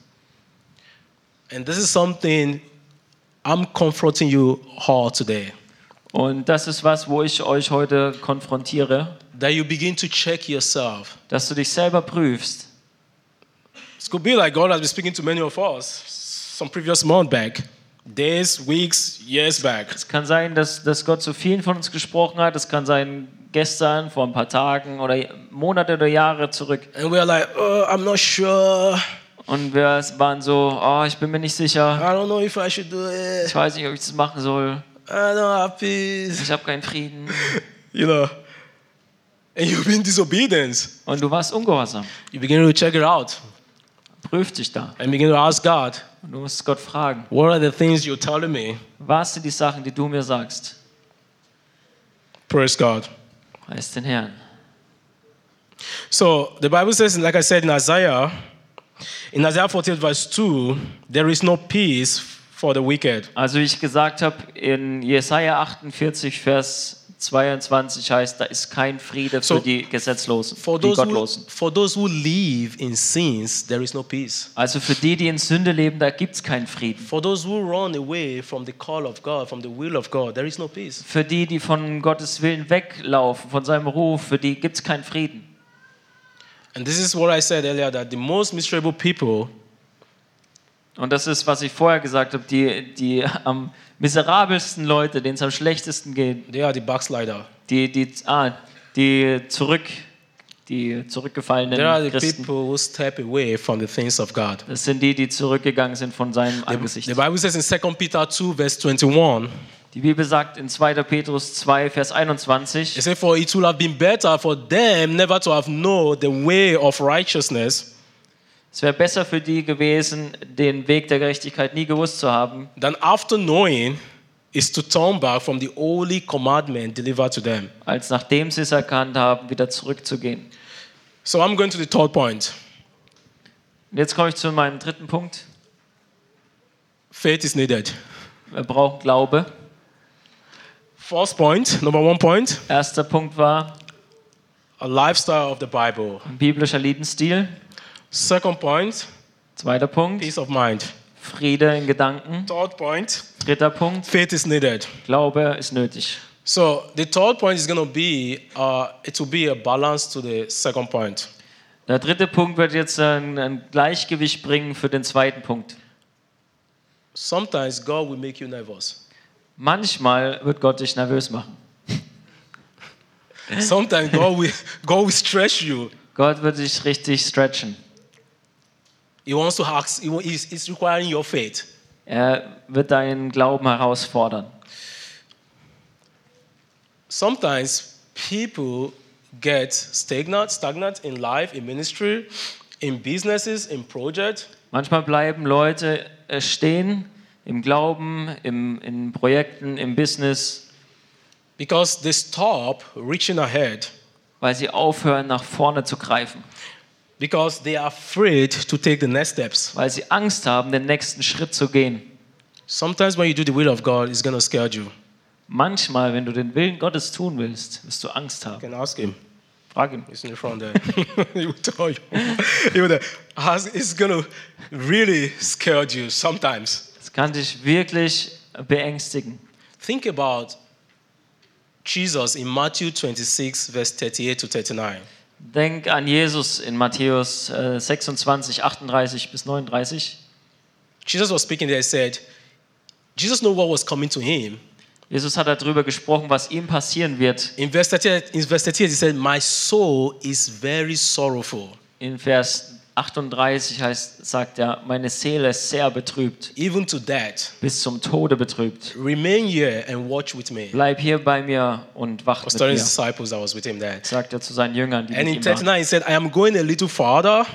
B: And this is something I'm comforting you all today.
A: Und das ist was, wo ich euch heute konfrontiere,
B: That you begin to check yourself.
A: dass du dich selber prüfst.
B: It could be like God has been speaking to many of us some previous month back, days, weeks, years back.
A: Es kann sein, dass, dass Gott zu vielen von uns gesprochen hat. Es kann sein, gestern, vor ein paar Tagen oder Monate oder Jahre zurück.
B: And we are like, oh, I'm not sure.
A: Und wir waren so, oh, ich bin mir nicht sicher.
B: I don't know if I should do it.
A: Ich weiß nicht, ob ich das machen soll.
B: I don't have peace.
A: Ich habe keinen Frieden.
B: You know. And you've been disobedient.
A: Und du warst ungehorsam.
B: You begin to check it out
A: Prüf dich da.
B: and begin to ask God,
A: Und du musst Gott fragen.
B: what are the things you're telling me?
A: Was sind die Sachen, die du mir sagst?
B: Praise God.
A: Preis den Herrn.
B: So the Bible says, like I said in Isaiah, in Isaiah 48, verse 2, there is no peace for the wicked.
A: Also wie ich gesagt habe, in Jesaja 48, Vers 22 heißt, da ist kein Friede für
B: So,
A: die Gesetzlosen,
B: For
A: die
B: those, who,
A: Gottlosen.
B: for those who live in sins, there is no peace.
A: Also für die, die in Sünde leben, da gibt es keinen Frieden.
B: For those who run away from the call of God, from the will of God, there is no peace.
A: Für die, die von Gottes Willen weglaufen, von seinem Ruf, für die gibt es keinen Frieden.
B: And this is what I said earlier that the most miserable people
A: Und das ist, was ich vorher gesagt habe, die, die am miserabelsten Leute, denen es am schlechtesten geht,
B: they are the backslider.
A: die, die, ah, die zurück, die zurückgefallenen
B: They are the
A: Christen.
B: people who step away from the things of God.
A: Das sind die, die zurückgegangen sind von seinem Angesicht.
B: The Bible says in 2 Peter 2, verse 21,
A: Die Bibel sagt in 2. Petrus 2, Vers
B: it
A: 21,
B: says, For it would have been better for them never to have known the way of righteousness
A: es wäre besser für die gewesen, den Weg der Gerechtigkeit nie gewusst zu haben,
B: than after knowing is to turn back from the holy commandment delivered to them.
A: als nachdem sie es erkannt haben, wieder zurückzugehen.
B: So I'm going to the third point.
A: Und jetzt komme ich zu meinem dritten Punkt.
B: Faith is needed.
A: Wir brauchen Glaube.
B: First point, number one point,
A: Erster Punkt war
B: a lifestyle of the Bible.
A: ein biblischer Lebensstil.
B: Second point,
A: Zweiter Punkt,
B: peace of mind.
A: Friede in Gedanken.
B: Third point,
A: Dritter Punkt,
B: faith is needed.
A: Glaube ist nötig.
B: So the third point is going to be uh, it will be a balance to the second point.
A: Der dritte Punkt wird jetzt ein, ein Gleichgewicht bringen für den zweiten Punkt.
B: Sometimes God will make you nervous.
A: Manchmal wird Gott dich nervös machen.
B: Sometimes God will God will stretch you.
A: Gott wird dich richtig stretchen.
B: He wants to ask. He wa- he's, he's requiring your faith.
A: Er wird deinen Glauben herausfordern.
B: Sometimes people get stagnant, stagnant in life, in ministry, in businesses, in project.
A: Manchmal bleiben Leute äh, stehen im Glauben, im, in Projekten, im Business,
B: Because they stop reaching ahead
A: weil sie aufhören, nach vorne zu greifen,
B: because they are afraid to take the next steps.
A: weil sie Angst haben, den nächsten Schritt zu gehen.
B: Sometimes when you do the will of God, it's going to scare you. You
A: Manchmal, wenn du den Willen Gottes tun willst, wirst du Angst haben.
B: can ask Him.
A: Frag ihn.
B: He's in the front there. he will tell you. He will tell- has- it's going to really scare you sometimes.
A: Das kann dich wirklich beängstigen.
B: Think about Jesus in Matthew 26, verse 38 to 39.
A: Denk an Jesus in Matthäus äh, 26, 38 bis 39.
B: Jesus was speaking there. He said, Jesus knew what was coming to him.
A: Jesus hat darüber gesprochen, was ihm passieren wird.
B: In verse 38, in verse 38 he said, My soul is very sorrowful,
A: In Vers 38 heißt, sagt er, meine Seele ist sehr betrübt,
B: even to death.
A: bis zum Tode betrübt.
B: Remain here and watch with me.
A: Bleib hier bei mir und wach
B: was
A: mit
B: telling
A: mir,
B: his disciples that was with him there.
A: sagt er zu seinen Jüngern, die
B: And in
A: mit ihm waren.
B: 39 he said, I am going a little farther.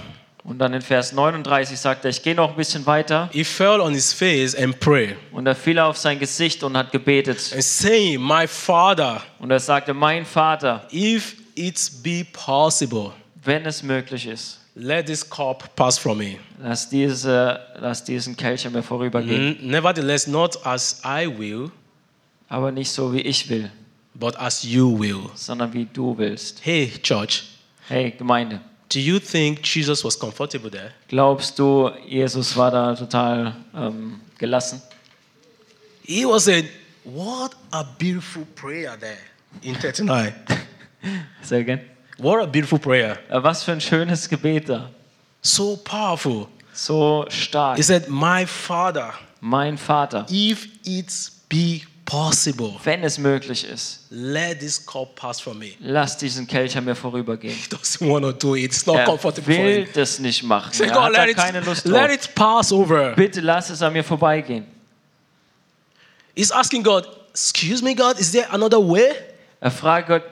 A: Und dann in Vers 39 sagt er, ich gehe noch ein bisschen weiter.
B: He fell on his face and prayed.
A: Und er fiel auf sein Gesicht und hat gebetet.
B: and saying, My Father,
A: Und er sagte, mein Vater,
B: if it be possible,
A: wenn es möglich ist,
B: let this cup pass from me.
A: Lass, diese, lass diesen Kelch an mir vorübergehen,
B: N- Nevertheless, not as I will,
A: aber nicht so wie ich will,
B: but as you will.
A: sondern wie du willst.
B: Hey, church,
A: Hey Gemeinde,
B: do you think Jesus was comfortable there?
A: glaubst du, Jesus war da total ähm, gelassen?
B: He was saying, What a beautiful prayer there in 39.
A: Sehr gern. Äh,
B: what a beautiful prayer.
A: Was für ein schönes Gebet da.
B: So powerful.
A: So
B: He
A: stark.
B: said, My Father,
A: Mein Vater,
B: if it be possible,
A: wenn es möglich ist,
B: let this cup pass from me.
A: lass diesen Kelch an mir vorübergehen.
B: He doesn't want to do it. It's not
A: Er
B: comfortable for him.
A: will das nicht machen.
B: Say,
A: Er
B: God,
A: hat da
B: let
A: keine Lust
B: it, let
A: drauf.
B: it pass over.
A: Bitte lass es an mir vorbeigehen.
B: He's asking God, excuse me, God, is there another way?
A: Er fragt Äh, Gott,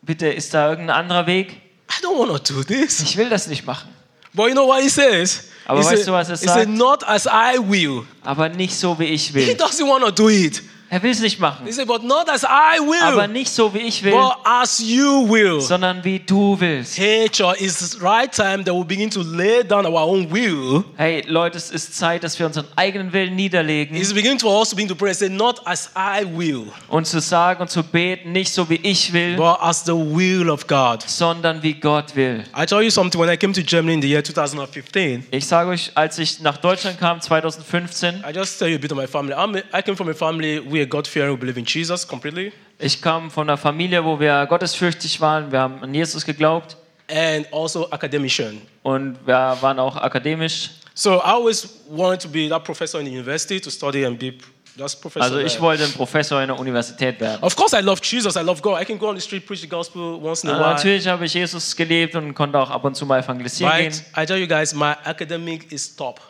A: bitte, ist da irgendein anderer Weg?
B: I don't want to do this.
A: Ich will das nicht machen.
B: But you know what he says?
A: Aber
B: he
A: weißt
B: said-
A: du, was er
B: he
A: sagt?
B: said, not as I will.
A: aber nicht so wie ich
B: He
A: will.
B: doesn't want to do it.
A: Er will es nicht
B: He
A: machen,
B: said, but not as I
A: aber
B: will,
A: nicht so wie ich will,
B: but as you will.
A: sondern wie du willst.
B: Hey, church, it's right time that we begin to lay down our own will.
A: Hey Leute, es ist Zeit, dass wir unseren eigenen Willen niederlegen
B: It's beginning for us to begin to pray and say, not as I will,
A: und zu sagen und zu beten, nicht so wie ich will,
B: but as the will of God.
A: sondern wie Gott will.
B: I tell you something, when I came to Germany in the year 2015,
A: Ich sage euch, als ich nach Deutschland kam 2015,
B: I just tell you a bit of my family. I'm a, I came from a family where God fearing, we believe in Jesus completely,
A: ich kam von einer Familie, wo wir gottesfürchtig waren, wir haben an Jesus geglaubt
B: and also academician.
A: und wir waren auch akademisch.
B: So I always wanted to be that professor in the university to study and be just professor.
A: Also ich
B: there.
A: wollte ein Professor in der Universität werden.
B: Of course, I love Jesus. I love God. I can go on the street preach the gospel once in
A: Ah,
B: a while.
A: Natürlich habe ich Jesus gelebt und konnte auch ab und zu mal evangelisieren gehen.
B: Right? I tell you guys, my academic is top.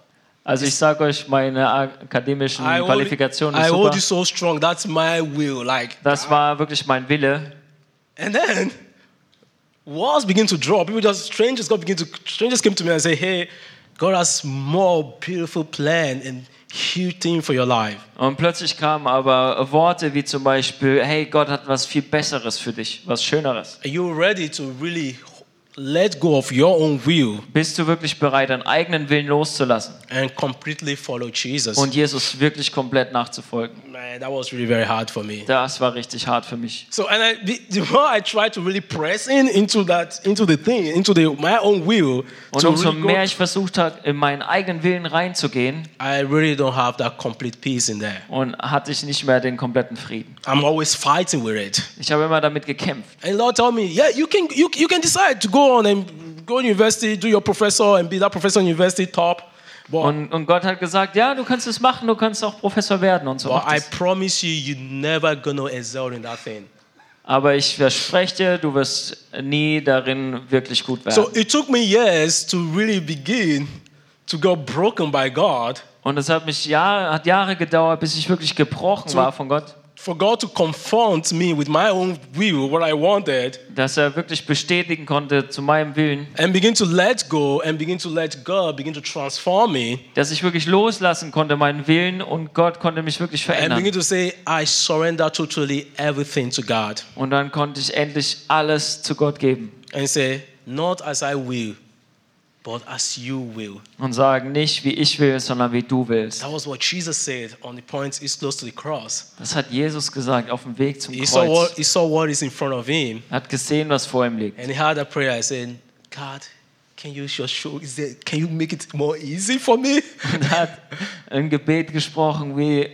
A: Also ich sage euch, meine akademischen
B: I hold,
A: Qualifikationen
B: I Ah.
A: ist
B: hold
A: super.
B: you so strong. That's my will. Like,
A: Das war wirklich mein Wille.
B: and then walls begin to drop. People just strangers God begin to strangers came to me and say, "Hey, God has more beautiful plan and huge thing for your life."
A: Und plötzlich kamen aber Worte wie zum Beispiel, hey, Gott hat was viel Besseres für dich, was Schöneres.
B: Are you ready to really let go of your own will
A: Bist du wirklich bereit, deinen eigenen Willen loszulassen
B: and completely follow Jesus.
A: und Jesus wirklich komplett nachzufolgen?
B: Man, that was really very hard for me.
A: Das war richtig hart für mich.
B: So, and I, the, the more I tried to really press in into that, into the thing, into the, my own will,
A: Und
B: to
A: umso
B: really go-
A: mehr ich versucht habe, in meinen eigenen Willen reinzugehen,
B: I really don't have that complete peace in there.
A: und hatte ich nicht mehr den kompletten Frieden.
B: I'm always fighting with it.
A: Ich habe immer damit gekämpft.
B: And Lord told me, yeah, you can, you, you can decide to go on and go to university, do your professor, and be that professor in university top. But,
A: Und, und Gott hat gesagt, ja, du kannst es machen, du kannst auch Professor werden und so.
B: but
A: mach
B: I
A: das.
B: promise you, you're never gonna excel in that thing.
A: Aber ich verspreche dir, du wirst nie darin wirklich gut werden.
B: So it took me years to really begin to get broken by God,
A: und es hat mich Jahre, hat Jahre gedauert, bis ich wirklich gebrochen war von Gott,
B: for God to confront me with my own will, what I wanted,
A: dass er wirklich bestätigen konnte zu meinem Willen,
B: and begin to let go and begin to let God begin to transform me
A: dass ich wirklich loslassen konnte meinen Willen und Gott konnte mich wirklich
B: and
A: verändern.
B: begin to say, I surrender totally everything to God
A: Und dann konnte ich endlich alles zu Gott geben
B: and say, Not as I will, but as you will.
A: und sagen, nicht wie ich will, sondern wie du willst.
B: That was what Jesus said on the point he's close to the cross.
A: Das hat Jesus gesagt auf dem Weg zum
B: He saw, what,
A: Kreuz.
B: he saw what is in front of him
A: Er hat gesehen, was vor ihm liegt.
B: And he had a prayer saying, God, can you just show, is there, can you make it more easy for me?
A: Und er hat ein Gebet gesprochen, wie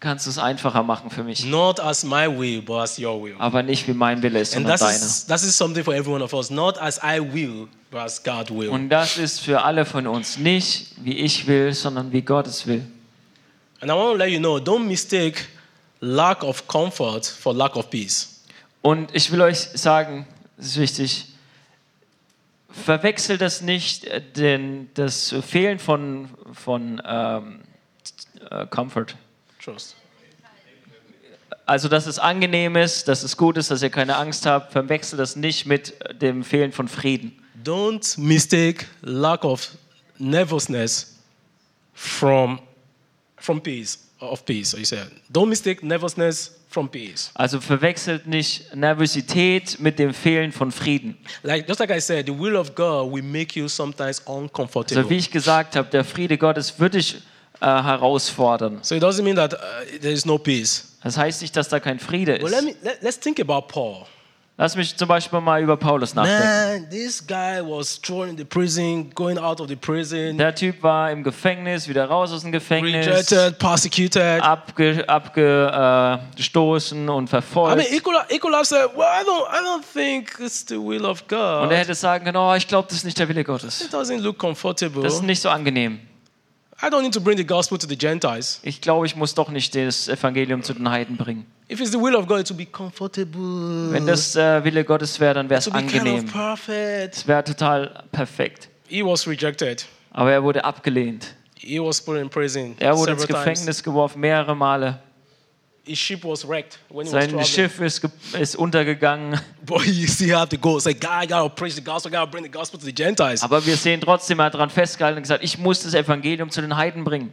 A: kannst du es einfacher machen für mich?
B: Not as my will, but as your will.
A: Aber nicht wie mein Wille ist,
B: And
A: sondern
B: that
A: deiner.
B: is, that is something for every one of us. Not as I will, but as God will.
A: Und das ist für alle von uns nicht, wie ich will, sondern wie Gott es will.
B: And I want to let you know, don't mistake lack of comfort for lack of peace.
A: Und ich will euch sagen, es ist wichtig, verwechselt das nicht, äh, denn das Fehlen von, von ähm, äh, Comfort.
B: Trust.
A: Also, dass es angenehm ist, dass es gut ist, dass ihr keine Angst habt, verwechselt das nicht mit dem Fehlen von Frieden.
B: Don't mistake lack of nervousness from, from peace, of peace, you said. Don't mistake nervousness from peace.
A: Also verwechselt nicht Nervosität mit dem Fehlen von Frieden.
B: Like just like I said, the will of God will make you sometimes
A: So
B: uncomfortable. So,
A: wie ich gesagt habe, der Friede Gottes wird dich äh, herausfordern.
B: it doesn't mean that uh, there is no peace.
A: Das heißt nicht, dass da kein Friede
B: But let
A: ist.
B: me let, let's think about Paul.
A: Lass mich zum Beispiel mal über Paulus nachdenken.
B: Man, this guy was thrown in the prison, going out of the prison,
A: Der Typ war im Gefängnis, wieder raus aus dem Gefängnis,
B: rejected, persecuted.
A: Ah, abgestoßen abge, äh, gestoßen und
B: I
A: verfolgt.
B: mean, he could, have, he could have said, "Well, I don't, I don't think it's the will of
A: Und
B: God."
A: er hätte sagen können, oh, ich glaube, das ist nicht der Wille Gottes.
B: It doesn't look comfortable.
A: Das ist nicht so angenehm.
B: I don't need to bring the gospel to the Gentiles.
A: Ich glaube, ich muss doch nicht das Evangelium zu den Heiden bringen.
B: If it's the will of God, it will be comfortable.
A: Wenn das äh, Wille Gottes wäre, dann wäre es
B: to be kind
A: angenehm.
B: of perfect.
A: Es wäre total perfekt.
B: He was rejected.
A: Aber er wurde abgelehnt.
B: He was put in prison.
A: Er wurde ins
B: several times.
A: Gefängnis geworfen, mehrere Male.
B: His ship was wrecked when he was
A: Sein
B: traveling.
A: Schiff ist, ge- ist untergegangen.
B: But he still had to go. It's like, God, I gotta preach the gospel. I gotta bring the gospel to the Gentiles.
A: Aber wir sehen trotzdem, er hat daran festgehalten und gesagt, ich muss das Evangelium zu den Heiden bringen.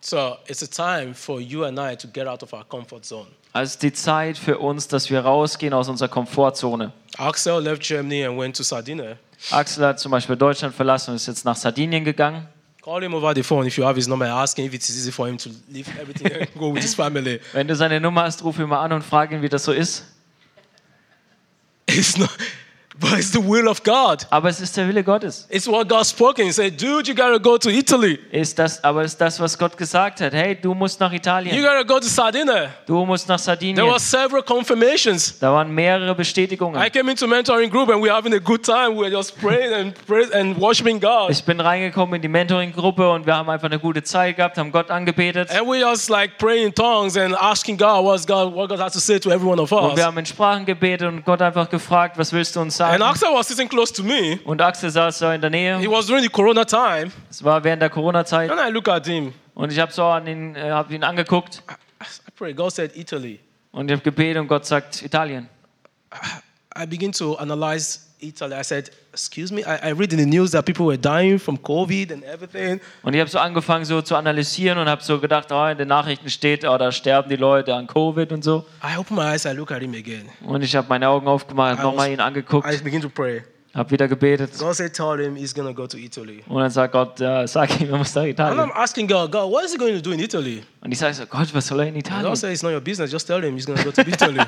B: So it's a time for you and I to get out of our comfort zone.
A: Also es ist die Zeit für uns, dass wir rausgehen aus unserer Komfortzone.
B: Axel left Germany and went to Sardinia.
A: Axel hat zum Beispiel Deutschland verlassen und ist jetzt nach Sardinien gegangen.
B: Call him over the phone if you have his number. Ask him if it's easy for him to leave everything and go with his family.
A: Wenn du seine Nummer hast, ruf ihn mal an und frag ihn, wie das so ist.
B: It's not, but it's the will of God.
A: Aber es ist der Wille Gottes.
B: It's what God spoke. He said, dude, you gotta go to Italy.
A: Ist das, aber es ist das, was Gott gesagt hat. Hey, du musst nach
B: You
A: Italien.
B: gotta go to Sardinia.
A: Du musst nach
B: There
A: Sardinien.
B: were several confirmations.
A: Da waren mehrere Bestätigungen.
B: I came into mentoring group and we were having a good time. We were just praying and praise and worshiping God.
A: Ich bin reingekommen in die Mentoring-Gruppe und wir haben einfach eine gute Zeit gehabt, haben Gott angebetet.
B: And we just like praying in tongues and asking God what's God what God has to say to every one of
A: Und wir
B: us.
A: haben in Sprachen gebetet und Gott einfach gefragt, was willst du uns
B: And
A: sagen?
B: Axel was sitting close to me.
A: Und Axel saß da in der
B: It
A: Nähe.
B: was during the corona time.
A: Es war während der Corona-Zeit.
B: And I look at him.
A: Und ich habe so an ihn, äh, hab ihn angeguckt
B: I pray. God said Italy.
A: und ich habe gebetet und Gott sagt Italien.
B: I begin to analyze Italy. I said, Excuse me, I, I read in the news that people were dying from COVID and everything.
A: Und ich habe so angefangen so zu analysieren und habe so gedacht, oh, in den Nachrichten steht, oh, da sterben die Leute an Covid und so.
B: I open my eyes, I look at him again.
A: Und ich habe meine Augen aufgemacht,
B: I
A: nochmal
B: was-
A: ihn angeguckt,
B: I begin to pray.
A: habe wieder gebetet.
B: God said, Tell him he's going to go to Italy.
A: Und dann sagt Gott, ja, sag ihm, er muss nach
B: And I'm
A: Italien.
B: asking God, God, what is he going to do in Italy?
A: Und ich sage so, Gott, was soll er in
B: And
A: Italien?
B: God said, It's not your business. Just tell him he's going to go to Italy.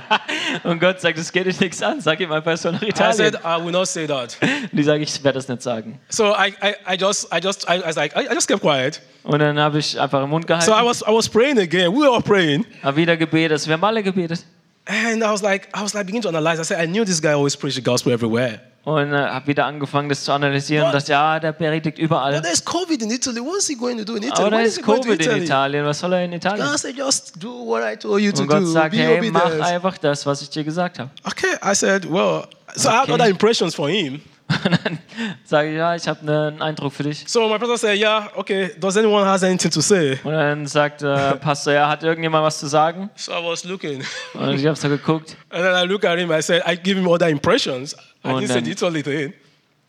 A: Und Gott sagt, das geht dich nichts an, sag ihm einfach, er soll nach
B: I
A: Italien.
B: said, I will not say that.
A: Und ich sage, ich werde das nicht sagen.
B: So I, I, I just, I just, I, I was like, I, I just kept quiet.
A: Und dann habe ich einfach den Mund gehalten,
B: So I was, I was praying again. We were all praying,
A: habe wieder gebetet, wir haben alle gebetet.
B: and I was like, I was like, beginning to analyze. I said, I knew this guy always preached the gospel everywhere.
A: Und äh, habe wieder angefangen, das zu analysieren. Und dachte, ja, der predigt überall.
B: But there's COVID in Italy. What is he going to do in Italy?
A: Aber da
B: What
A: ist
B: is he
A: Oh,
B: going to
A: Covid in
B: Italy?
A: Italien. Was soll er in
B: God
A: Italien?
B: said, just do what I told you to
A: Und Gott
B: do.
A: sagt,
B: Be
A: hey, mach
B: obedient.
A: einfach das, was ich dir gesagt habe.
B: Okay, I said, well, so I had
A: Okay.
B: other impressions for him.
A: Und dann sage ich, ja, ich habe einen Eindruck für dich.
B: So my pastor said, yeah, okay. Does anyone has anything to say?
A: Und dann sagt äh, Pastor, ja, hat irgendjemand was zu sagen?
B: So I was looking,
A: Und ich habe so geguckt.
B: and then I look at him. I said, I give him other impressions.
A: Oh,
B: I didn't say
A: no.
B: the Italy thing.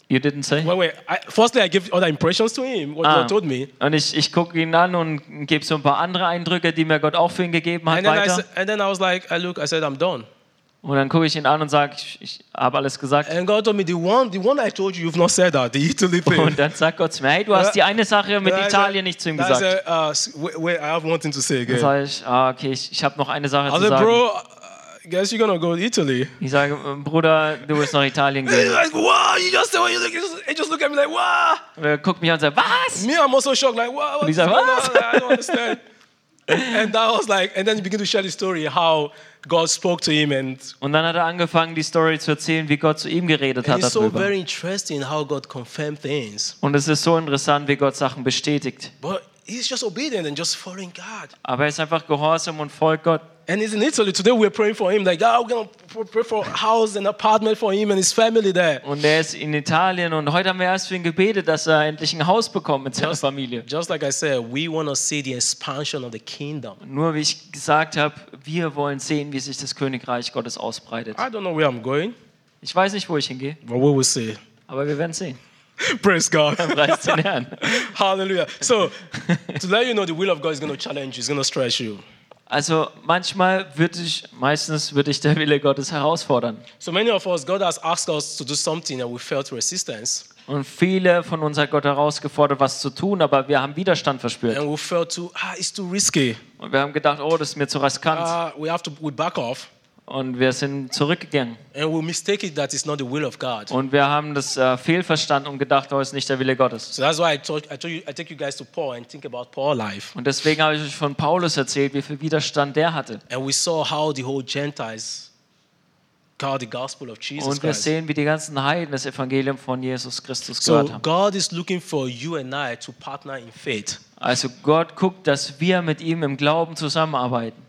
A: You didn't say?
B: Wait, wait. I, firstly, I give other impressions to him. What
A: Ah.
B: God told me.
A: Und ich, ich gucke ihn an und gebe so ein paar andere Eindrücke, die mir Gott auch für ihn gegeben hat,
B: And then, I,
A: weiter.
B: s- and then I was like, I look, I said, I'm done.
A: Und dann gucke ich ihn an und sage, ich, ich habe alles gesagt.
B: And God told me, the one, the one I told you, you've not said that, the Italy thing.
A: Und dann sagt Gott zu mir, hey, du hast die eine Sache mit
B: Then I said-
A: Italien nicht zu ihm
B: then I
A: gesagt.
B: said, uh, s- wait, wait, I have one thing to say
A: Dann
B: again.
A: sage ich, ah, okay, ich, ich habe noch eine Sache
B: I
A: zu
B: said,
A: sagen.
B: bro, uh, guess you're gonna go to Italy.
A: Ich sage, äh, Bruder, du wirst nach Italien
B: He's
A: gehen.
B: like, wow, you just said what you look, he just, he just look at me like, wow.
A: Und er guckt Äh, mich an und sagt, was?
B: Me, I'm also shocked, like, wow, what
A: He's
B: is
A: like,
B: going on?
A: what?
B: I don't understand. and that was like, and then he began to share the story how God spoke to him, and,
A: Und dann hat er angefangen, die Story zu erzählen, wie Gott zu ihm geredet
B: and
A: hat
B: it's so
A: darüber.
B: very interesting how God confirmed things.
A: Und es ist so interessant, wie Gott Sachen bestätigt.
B: But he's just obedient and just following God.
A: Aber er ist einfach gehorsam und folgt Gott.
B: And he's in Italy. Today we're praying for him. Like, God, we're going to pray for a house and apartment for him and his family there.
A: Und er ist in Italien und heute haben wir erst für ihn gebetet, dass er endlich ein Haus bekommt mit seiner Familie.
B: Just like I said, we want to see the expansion of the kingdom.
A: Nur wie ich gesagt habe, wir wollen sehen, wie sich das Königreich Gottes ausbreitet.
B: I don't know where I'm going,
A: Ich weiß nicht, wo ich hingehe,
B: but we will see.
A: aber wir werden sehen.
B: Praise God.
A: Preis den Herrn.
B: Hallelujah. So, to let you know, the will of God is going to challenge you, it's going to stretch you.
A: Also manchmal würde ich, meistens würde ich der Wille Gottes herausfordern.
B: So, many of us, God has asked us to do something and we felt resistance
A: Und viele von uns hat Gott herausgefordert, was zu tun, aber wir haben Widerstand verspürt.
B: and we felt too, ah, it's too risky.
A: Und wir haben gedacht, oh, das ist mir zu riskant.
B: Ah, we have to, we back off
A: Und wir sind zurückgegangen.
B: and we mistake it that it's not the will of God.
A: Und wir haben das äh, fehlverstanden und gedacht, oh, ist nicht der Wille Gottes.
B: So that's why I told, I told you I take you guys to Paul and think about Paul life.
A: Und deswegen habe ich euch von Paulus erzählt, wie viel Widerstand der hatte.
B: And we saw how the whole Gentiles got the gospel of Jesus
A: Und wir
B: Christ.
A: sehen, wie die ganzen Heiden das Evangelium von Jesus Christus
B: So
A: gehört haben.
B: God is looking for you and I to partner in faith.
A: Also Gott guckt, dass wir mit ihm im Glauben zusammenarbeiten,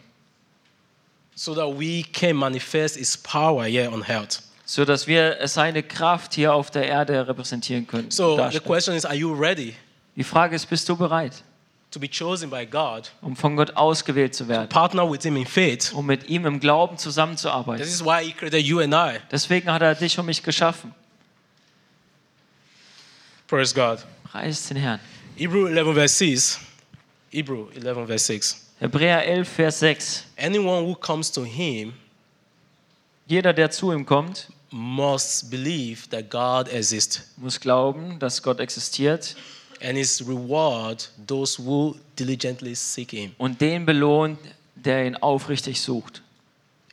B: So that we can manifest his power here on earth.
A: so dass wir seine Kraft hier auf der Erde repräsentieren können.
B: So the
A: darstellen.
B: question is, are you ready
A: Die Frage ist, bist du bereit,
B: to be chosen by God?
A: um von Gott ausgewählt zu werden,
B: Partner with him in faith.
A: um mit ihm im Glauben zusammenzuarbeiten?
B: This is why he created you and I.
A: Deswegen hat er dich und mich geschaffen.
B: Praise God.
A: Preis den Herrn.
B: Hebrew 11 verse 6. Hebrew 11 verse 6.
A: Hebräer 11, Vers 6.
B: Anyone who comes to him
A: Jeder, der zu ihm kommt,
B: must believe that God exists
A: muss glauben, dass Gott existiert
B: and is reward those who diligently seek him.
A: und den belohnt, der ihn aufrichtig sucht.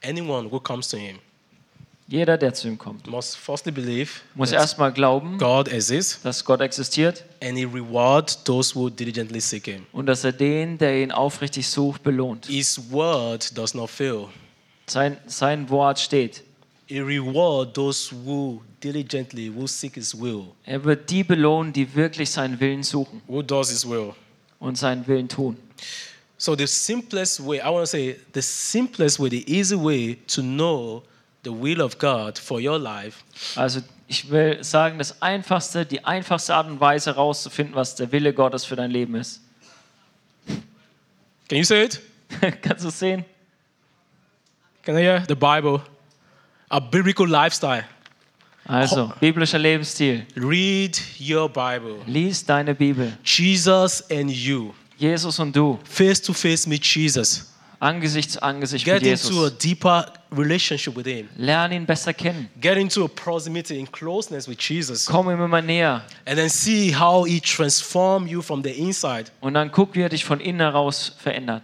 B: Anyone who comes to him
A: Jeder, der zu ihm kommt,
B: must firstly believe
A: muss
B: that
A: erstmal glauben,
B: God exists
A: dass Gott existiert
B: and he reward those who diligently seek him.
A: und dass er den, der ihn aufrichtig sucht, belohnt.
B: His word does not fail.
A: Sein, sein Wort steht.
B: He reward those who diligently will seek his will.
A: Er wird die belohnen, die wirklich seinen Willen suchen
B: Who does his will?
A: und seinen Willen tun.
B: So the simplest way, I want to say the simplest way, the easy way to know the will of God for your life
A: Also ich will sagen, das Einfachste, die einfachste Art und Weise herauszufinden, was der Wille Gottes für dein Leben ist.
B: Can you say it?
A: Kannst du es sehen?
B: Can I hear the Bible? A biblical lifestyle.
A: Also, biblischer Lebensstil.
B: Read your Bible.
A: Lies deine Bibel.
B: Jesus and you.
A: Jesus und du,
B: Face to face meet Jesus.
A: Angesicht zu Angesicht mit
B: Get into a
A: Jesus.
B: deeper relationship with Him.
A: Lerne ihn besser kennen.
B: Get into a proximity in closeness with Jesus.
A: Komm ihm immer näher.
B: And then see how He transforms you from the inside.
A: Und dann guck, wie er dich von innen heraus verändert.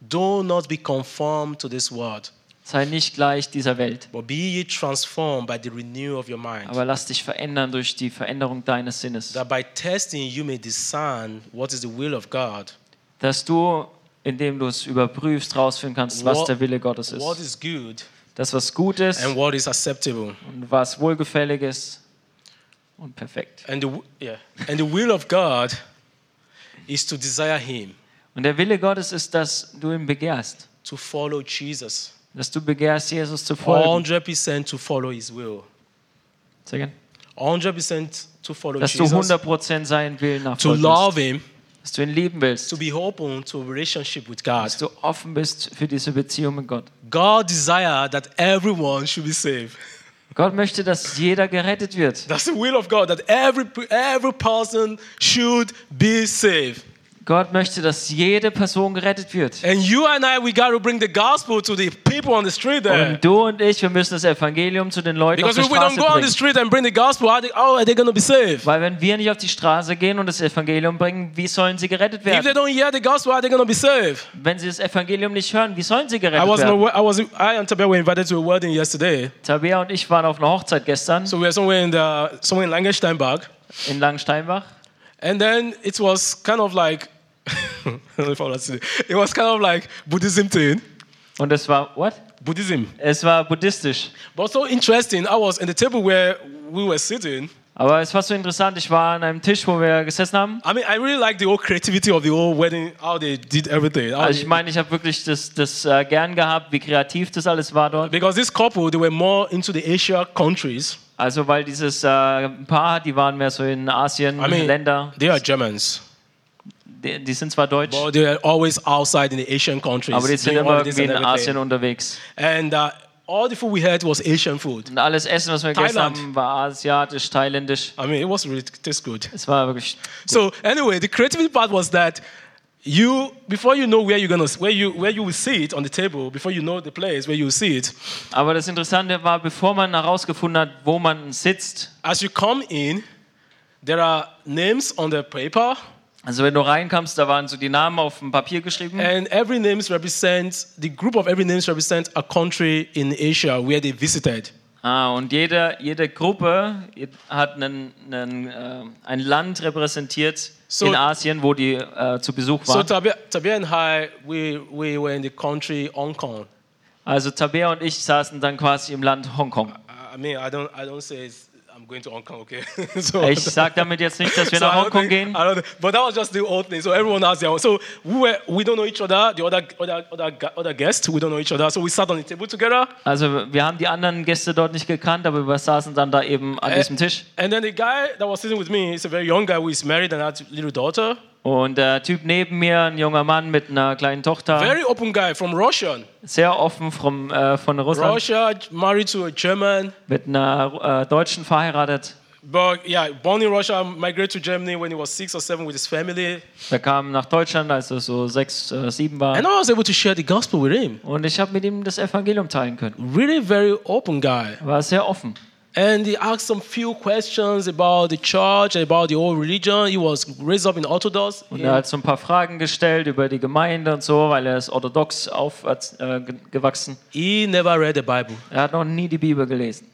B: Do not be conformed to this world,
A: Sei nicht gleich dieser Welt,
B: but be ye transformed by the renewal of your mind.
A: aber lass dich verändern durch die Veränderung deines Sinnes.
B: that by testing you may discern what is the will of God,
A: Dass du, indem du es überprüfst, rausfinden kannst, was der Wille Gottes
B: what
A: ist.
B: is good
A: Das, was gut ist
B: and what is acceptable.
A: und was wohlgefällig ist und perfekt.
B: And the, w- yeah. and the will of God is to desire Him,
A: Und der Wille Gottes ist, dass du ihn begehrst.
B: to follow Jesus,
A: Dass du begehrst, Jesus zu folgen.
B: 100% to follow His will,
A: Sehr gern.
B: 100% to follow
A: Dass du
B: Jesus,
A: 100% seinen Willen
B: to
A: nachfolgst.
B: love Him,
A: Dass du ihn lieben willst.
B: to be open to a relationship with God.
A: Dass du offen bist für diese Beziehung mit Gott.
B: God desire that everyone should be saved.
A: Gott möchte, dass jeder gerettet wird.
B: That's the will of God, that every, every person should be saved.
A: Gott möchte, dass jede Person gerettet wird.
B: And you and I, we got to bring the gospel to the people on the street there.
A: Und du und ich, wir müssen das Evangelium zu den Leuten
B: Because
A: auf
B: if
A: die
B: we don't
A: Straße
B: go on the
A: bringen.
B: street and bring the gospel, how, they, how are they going to be saved?
A: Weil wenn wir nicht auf die Straße gehen und das Evangelium bringen, wie sollen sie gerettet
B: If they
A: werden?
B: don't hear the gospel, how are they going to be saved?
A: Wenn sie das Evangelium nicht hören, wie sollen sie
B: I
A: gerettet
B: was,
A: werden?
B: no, I was, I and Tabea were invited to a wedding yesterday.
A: Tabea und ich waren auf einer Hochzeit gestern
B: So we were somewhere in the, somewhere in Langensteinberg,
A: in Langensteinbach.
B: and then it was kind of like, I don't know if I want to say it. It was kind of like Buddhism thing,
A: Und es war, what?
B: Buddhism.
A: Es war buddhistisch.
B: But so interesting. I was in the table where we were sitting.
A: Aber es war so interessant, ich war an einem Tisch, wo wir gesessen haben.
B: I mean, I really like the whole creativity of the whole wedding, how they did everything. How
A: Also
B: they-
A: ich meine, ich habe wirklich das, das äh, gern gehabt, wie kreativ das alles war dort.
B: Because this couple, they were more into the Asia countries.
A: Also weil dieses äh, Paar, die waren mehr so in Asien,
B: I mean,
A: Länder,
B: they are Germans,
A: die, die sind zwar deutsch,
B: but they are always outside in the Asian countries.
A: aber die sind
B: doing all
A: immer
B: this
A: irgendwie in
B: and everything.
A: Asien unterwegs.
B: And uh, all the food we had was Asian food.
A: Und alles Essen, was wir gegessen
B: Thailand.
A: haben, war asiatisch, thailändisch.
B: I mean, it was really it tastes good.
A: Es war wirklich.
B: So anyway, the creativity part was that you before you know where you're gonna where you where you will see it on the table before you know the place where you will see it.
A: Aber das Interessante war, bevor man herausgefunden hat, wo man sitzt,
B: As you come in, there are names on the paper,
A: also wenn du reinkamst, da waren so die Namen auf dem Papier geschrieben.
B: and every names represents the group of every names represents a country in Asia where they visited.
A: Ah, und jede, jede Gruppe hat einen, einen, äh, ein Land repräsentiert
B: So-
A: in Asien, wo die äh, zu Besuch
B: So
A: waren.
B: Tabia, Tabia and I, we, we were in the country Hong Kong.
A: also Tabea und ich saßen dann quasi im Land Hongkong.
B: I I mean, I don't, I don't say it's, I'm going to Hong Kong, okay? so,
A: Ich sage damit jetzt nicht, dass wir
B: so I
A: nach
B: don't
A: Hongkong
B: think-
A: gehen.
B: I don't, think- but that was just the old thing. So everyone has their own. So we were, we don't know each other. The other, other, other, gu- other guests, we don't know each other. So we sat on the table together,
A: Also wir haben die anderen Gäste dort nicht gekannt, aber wir saßen dann da eben an
B: Äh.
A: diesem Tisch.
B: and then the guy that was sitting with me, he's a very young guy who is married and had a little daughter.
A: Und der Typ neben mir, ein junger Mann mit einer kleinen Tochter,
B: Very open guy from Russian.
A: sehr offen vom, äh, von Russland,
B: Russia, married to a German.
A: mit einer äh, Deutschen verheiratet.
B: But yeah, born in Russia, migrated to Germany when he was six or seven with his family.
A: Der kam nach Deutschland, als er so sechs, äh, sieben war.
B: And I was able to share the gospel with him.
A: Und ich habe mit ihm das Evangelium teilen können.
B: Really very open guy.
A: War sehr offen.
B: And he asked some few questions about the church, about the whole religion. He was raised up in Orthodox.
A: Und er hat so ein paar Fragen gestellt über die Gemeinde und so, weil er ist orthodox aufgewachsen.
B: He never read the Bible.
A: er hat noch nie die Bibel gelesen.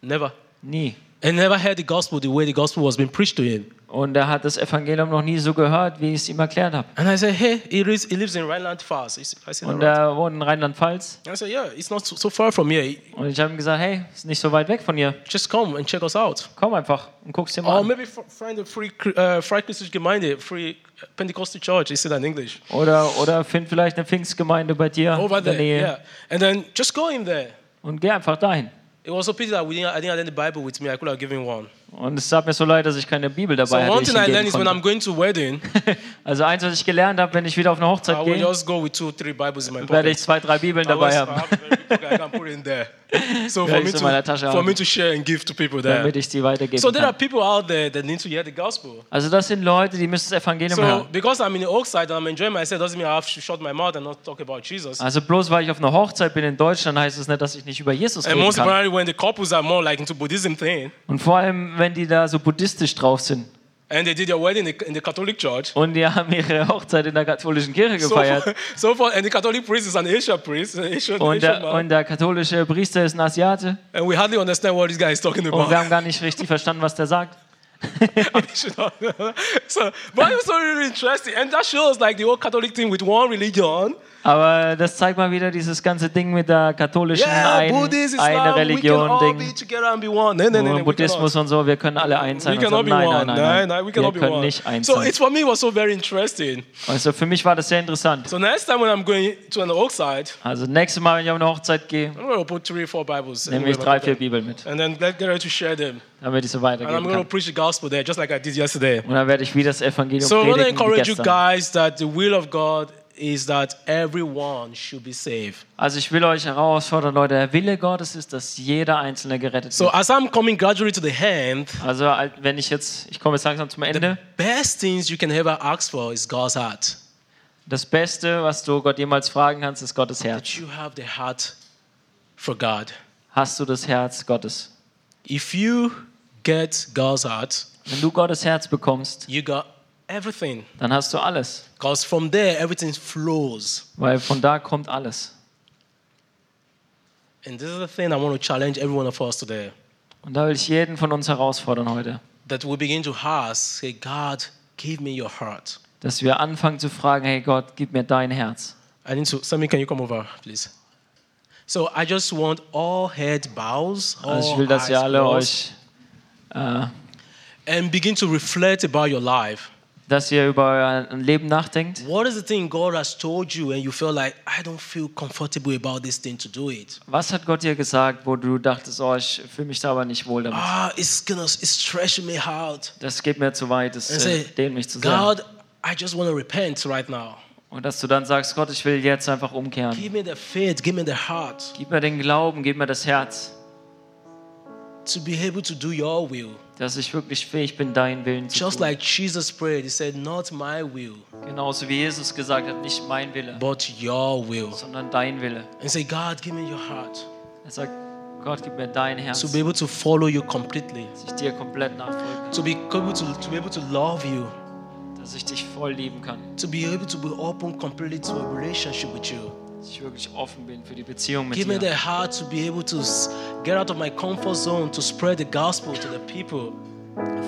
B: Never.
A: Nie.
B: And never heard the gospel the way the gospel was being preached to him.
A: Und er hat das Evangelium noch nie so gehört, wie ich es ihm erklärt habe.
B: And I said, hey, he, lives- he lives in Rhineland-Pfalz. Is- I said,
A: Und
B: "Alright."
A: er wohnt in Rheinland-Pfalz.
B: I said, yeah, it's not so, so far from here.
A: Und ich habe ihm gesagt, hey, ist nicht so weit weg von hier.
B: Just come and check us out.
A: Komm einfach und guck's dir mal
B: Or
A: an.
B: maybe f- find a free, Chr- uh, free Christian Gemeinde, free Pentecostal church. He said that in English.
A: Oder, oder find vielleicht eine Pfingstgemeinde bei dir
B: Over
A: in der
B: there,
A: Nähe
B: yeah. And then just go in there.
A: und geh einfach dahin.
B: It was so pity that we didn't, I didn't have any Bible with me. I could have given one.
A: Und es tat mir so leid, dass ich keine Bibel dabei
B: So
A: hatte.
B: one
A: die ich
B: thing I
A: hingeben
B: learned is when
A: konnte.
B: I'm going to wedding,
A: Also eins, was ich gelernt habe, wenn ich wieder auf eine
B: I
A: Hochzeit
B: will
A: gehe,
B: just go with two, three Bibles in my
A: werde ich
B: pocket.
A: zwei, drei Bibeln
B: I always
A: dabei haben,
B: have a very big pocket I can put in there. So
A: Werde
B: for
A: ich
B: me
A: so in meiner
B: to
A: Tasche
B: for
A: haben.
B: me to share and give to people there.
A: damit ich sie weitergeben
B: So there are
A: kann.
B: people out there that need to hear the gospel.
A: Also das sind Leute, die müssen das Evangelium
B: So
A: hören.
B: because I'm in the Oakside and I'm enjoying myself doesn't mean I have to shut my mouth and not talk about Jesus.
A: Also bloß weil ich auf einer Hochzeit bin in Deutschland, heißt es nicht, dass ich nicht über Jesus
B: And
A: reden
B: most
A: kann.
B: apparently when the couples are more like into Buddhism thing
A: Und vor allem, wenn die da so buddhistisch drauf sind.
B: and they did their wedding in the, in the Catholic church.
A: Und die haben ihre Hochzeit in der katholischen Kirche
B: So for,
A: gefeiert.
B: so for and the Catholic priest is an Asian priest, an Asian,
A: Und
B: Asian
A: der,
B: man,
A: und der katholische Priester ist ein Asiate.
B: and we hardly understand what this guy is talking
A: Und wir haben
B: about.
A: gar nicht richtig verstanden, was der sagt.
B: so, but it was so really interesting, and that shows like the whole Catholic thing with one religion.
A: Aber das zeigt mal wieder dieses ganze Ding mit der katholischen
B: Yeah,
A: ein,
B: Buddhist,
A: eine
B: Islam, we can all be
A: Religion-Ding.
B: together and be one. No, no,
A: Nur
B: no, no,
A: im
B: we cannot.
A: Buddhismus und so, wir können alle eins sein.
B: We
A: Und so.
B: cannot be
A: Nein, nein,
B: one.
A: nein, nein.
B: Nein, nein, we
A: Wir
B: cannot be
A: können
B: one.
A: nicht eins
B: So
A: sein.
B: it's for me was so very interesting.
A: Also für mich war das sehr interessant.
B: So next time when I'm going to an outside,
A: Also nächstes Mal, wenn ich auf eine Hochsite gehe,
B: I'm going to put three, four Bibles,
A: nehme ich
B: everywhere.
A: drei, vier Bibeln mit,
B: and then get get ready to share them.
A: damit ich so
B: And I'm
A: weitergeben
B: going to
A: kann.
B: preach the gospel there, just like I did yesterday.
A: Und dann werde ich wieder das Evangelium
B: So I want to
A: predigen wie
B: encourage you
A: gestern.
B: guys that the will of God is that everyone should be saved.
A: Also ich will euch herausfordern, Leute, der Wille Gottes ist, dass jeder Einzelne gerettet
B: So
A: wird.
B: as I'm coming gradually to the end,
A: Also als- wenn ich jetzt, ich komme jetzt langsam zum Ende.
B: best things you can ever ask for is God's heart.
A: Das Beste, was du Gott jemals fragen kannst, ist Gottes Herz.
B: That you have the heart for God.
A: Hast du das Herz Gottes?
B: If you get God's heart,
A: Wenn du Gottes Herz bekommst,
B: you got everything.
A: dann hast du alles,
B: Because from there, everything flows.
A: weil von da kommt alles.
B: And this is the thing I want to challenge every one of us today.
A: Und da will ich jeden von uns herausfordern heute,
B: That we begin to ask, say, God, give me your heart.
A: dass wir anfangen zu fragen, hey Gott, gib mir dein Herz.
B: I need to, Sammy, can you come over, please? So I just want all head bows, all
A: Also ich will, dass ihr
B: eyes
A: alle
B: closed,
A: euch, äh,
B: and begin to reflect about your life.
A: dass ihr über euer Leben nachdenkt.
B: What is the thing God has told you, and you feel like I don't feel comfortable about this thing to do it?
A: Was hat Gott dir gesagt, wo du dachtest, oh, ich fühle mich da aber nicht wohl damit.
B: Ah, it's gonna, it's stretching me out.
A: Das geht mir zu weit, das
B: And
A: äh,
B: say,
A: dehnt mich zu sehr.
B: God, I just want to repent right now.
A: Und dass du dann sagst, Gott, ich will jetzt einfach umkehren.
B: Give me the faith, give me the heart
A: Gib mir den Glauben, gib mir das Herz,
B: to be able to do Your will.
A: dass ich wirklich fähig bin, deinen Willen zu
B: Just
A: tun.
B: like Jesus prayed, He said, "Not my will,
A: Genauso wie Jesus gesagt hat, nicht mein Wille,
B: but Your will."
A: sondern dein Wille.
B: And say, God, give me Your heart.
A: Er sagt, Gott, gib mir dein Herz,
B: to be
A: dass
B: able to follow you completely,
A: ich dir komplett nachfolge,
B: to be able to, to be able to love you,
A: dass ich dich voll lieben kann,
B: to be able to be open completely to a relationship with you.
A: dass ich wirklich offen bin für die Beziehung mit
B: Give me the
A: dir.
B: heart to be able to s- get out of my comfort zone to spread the gospel to the people.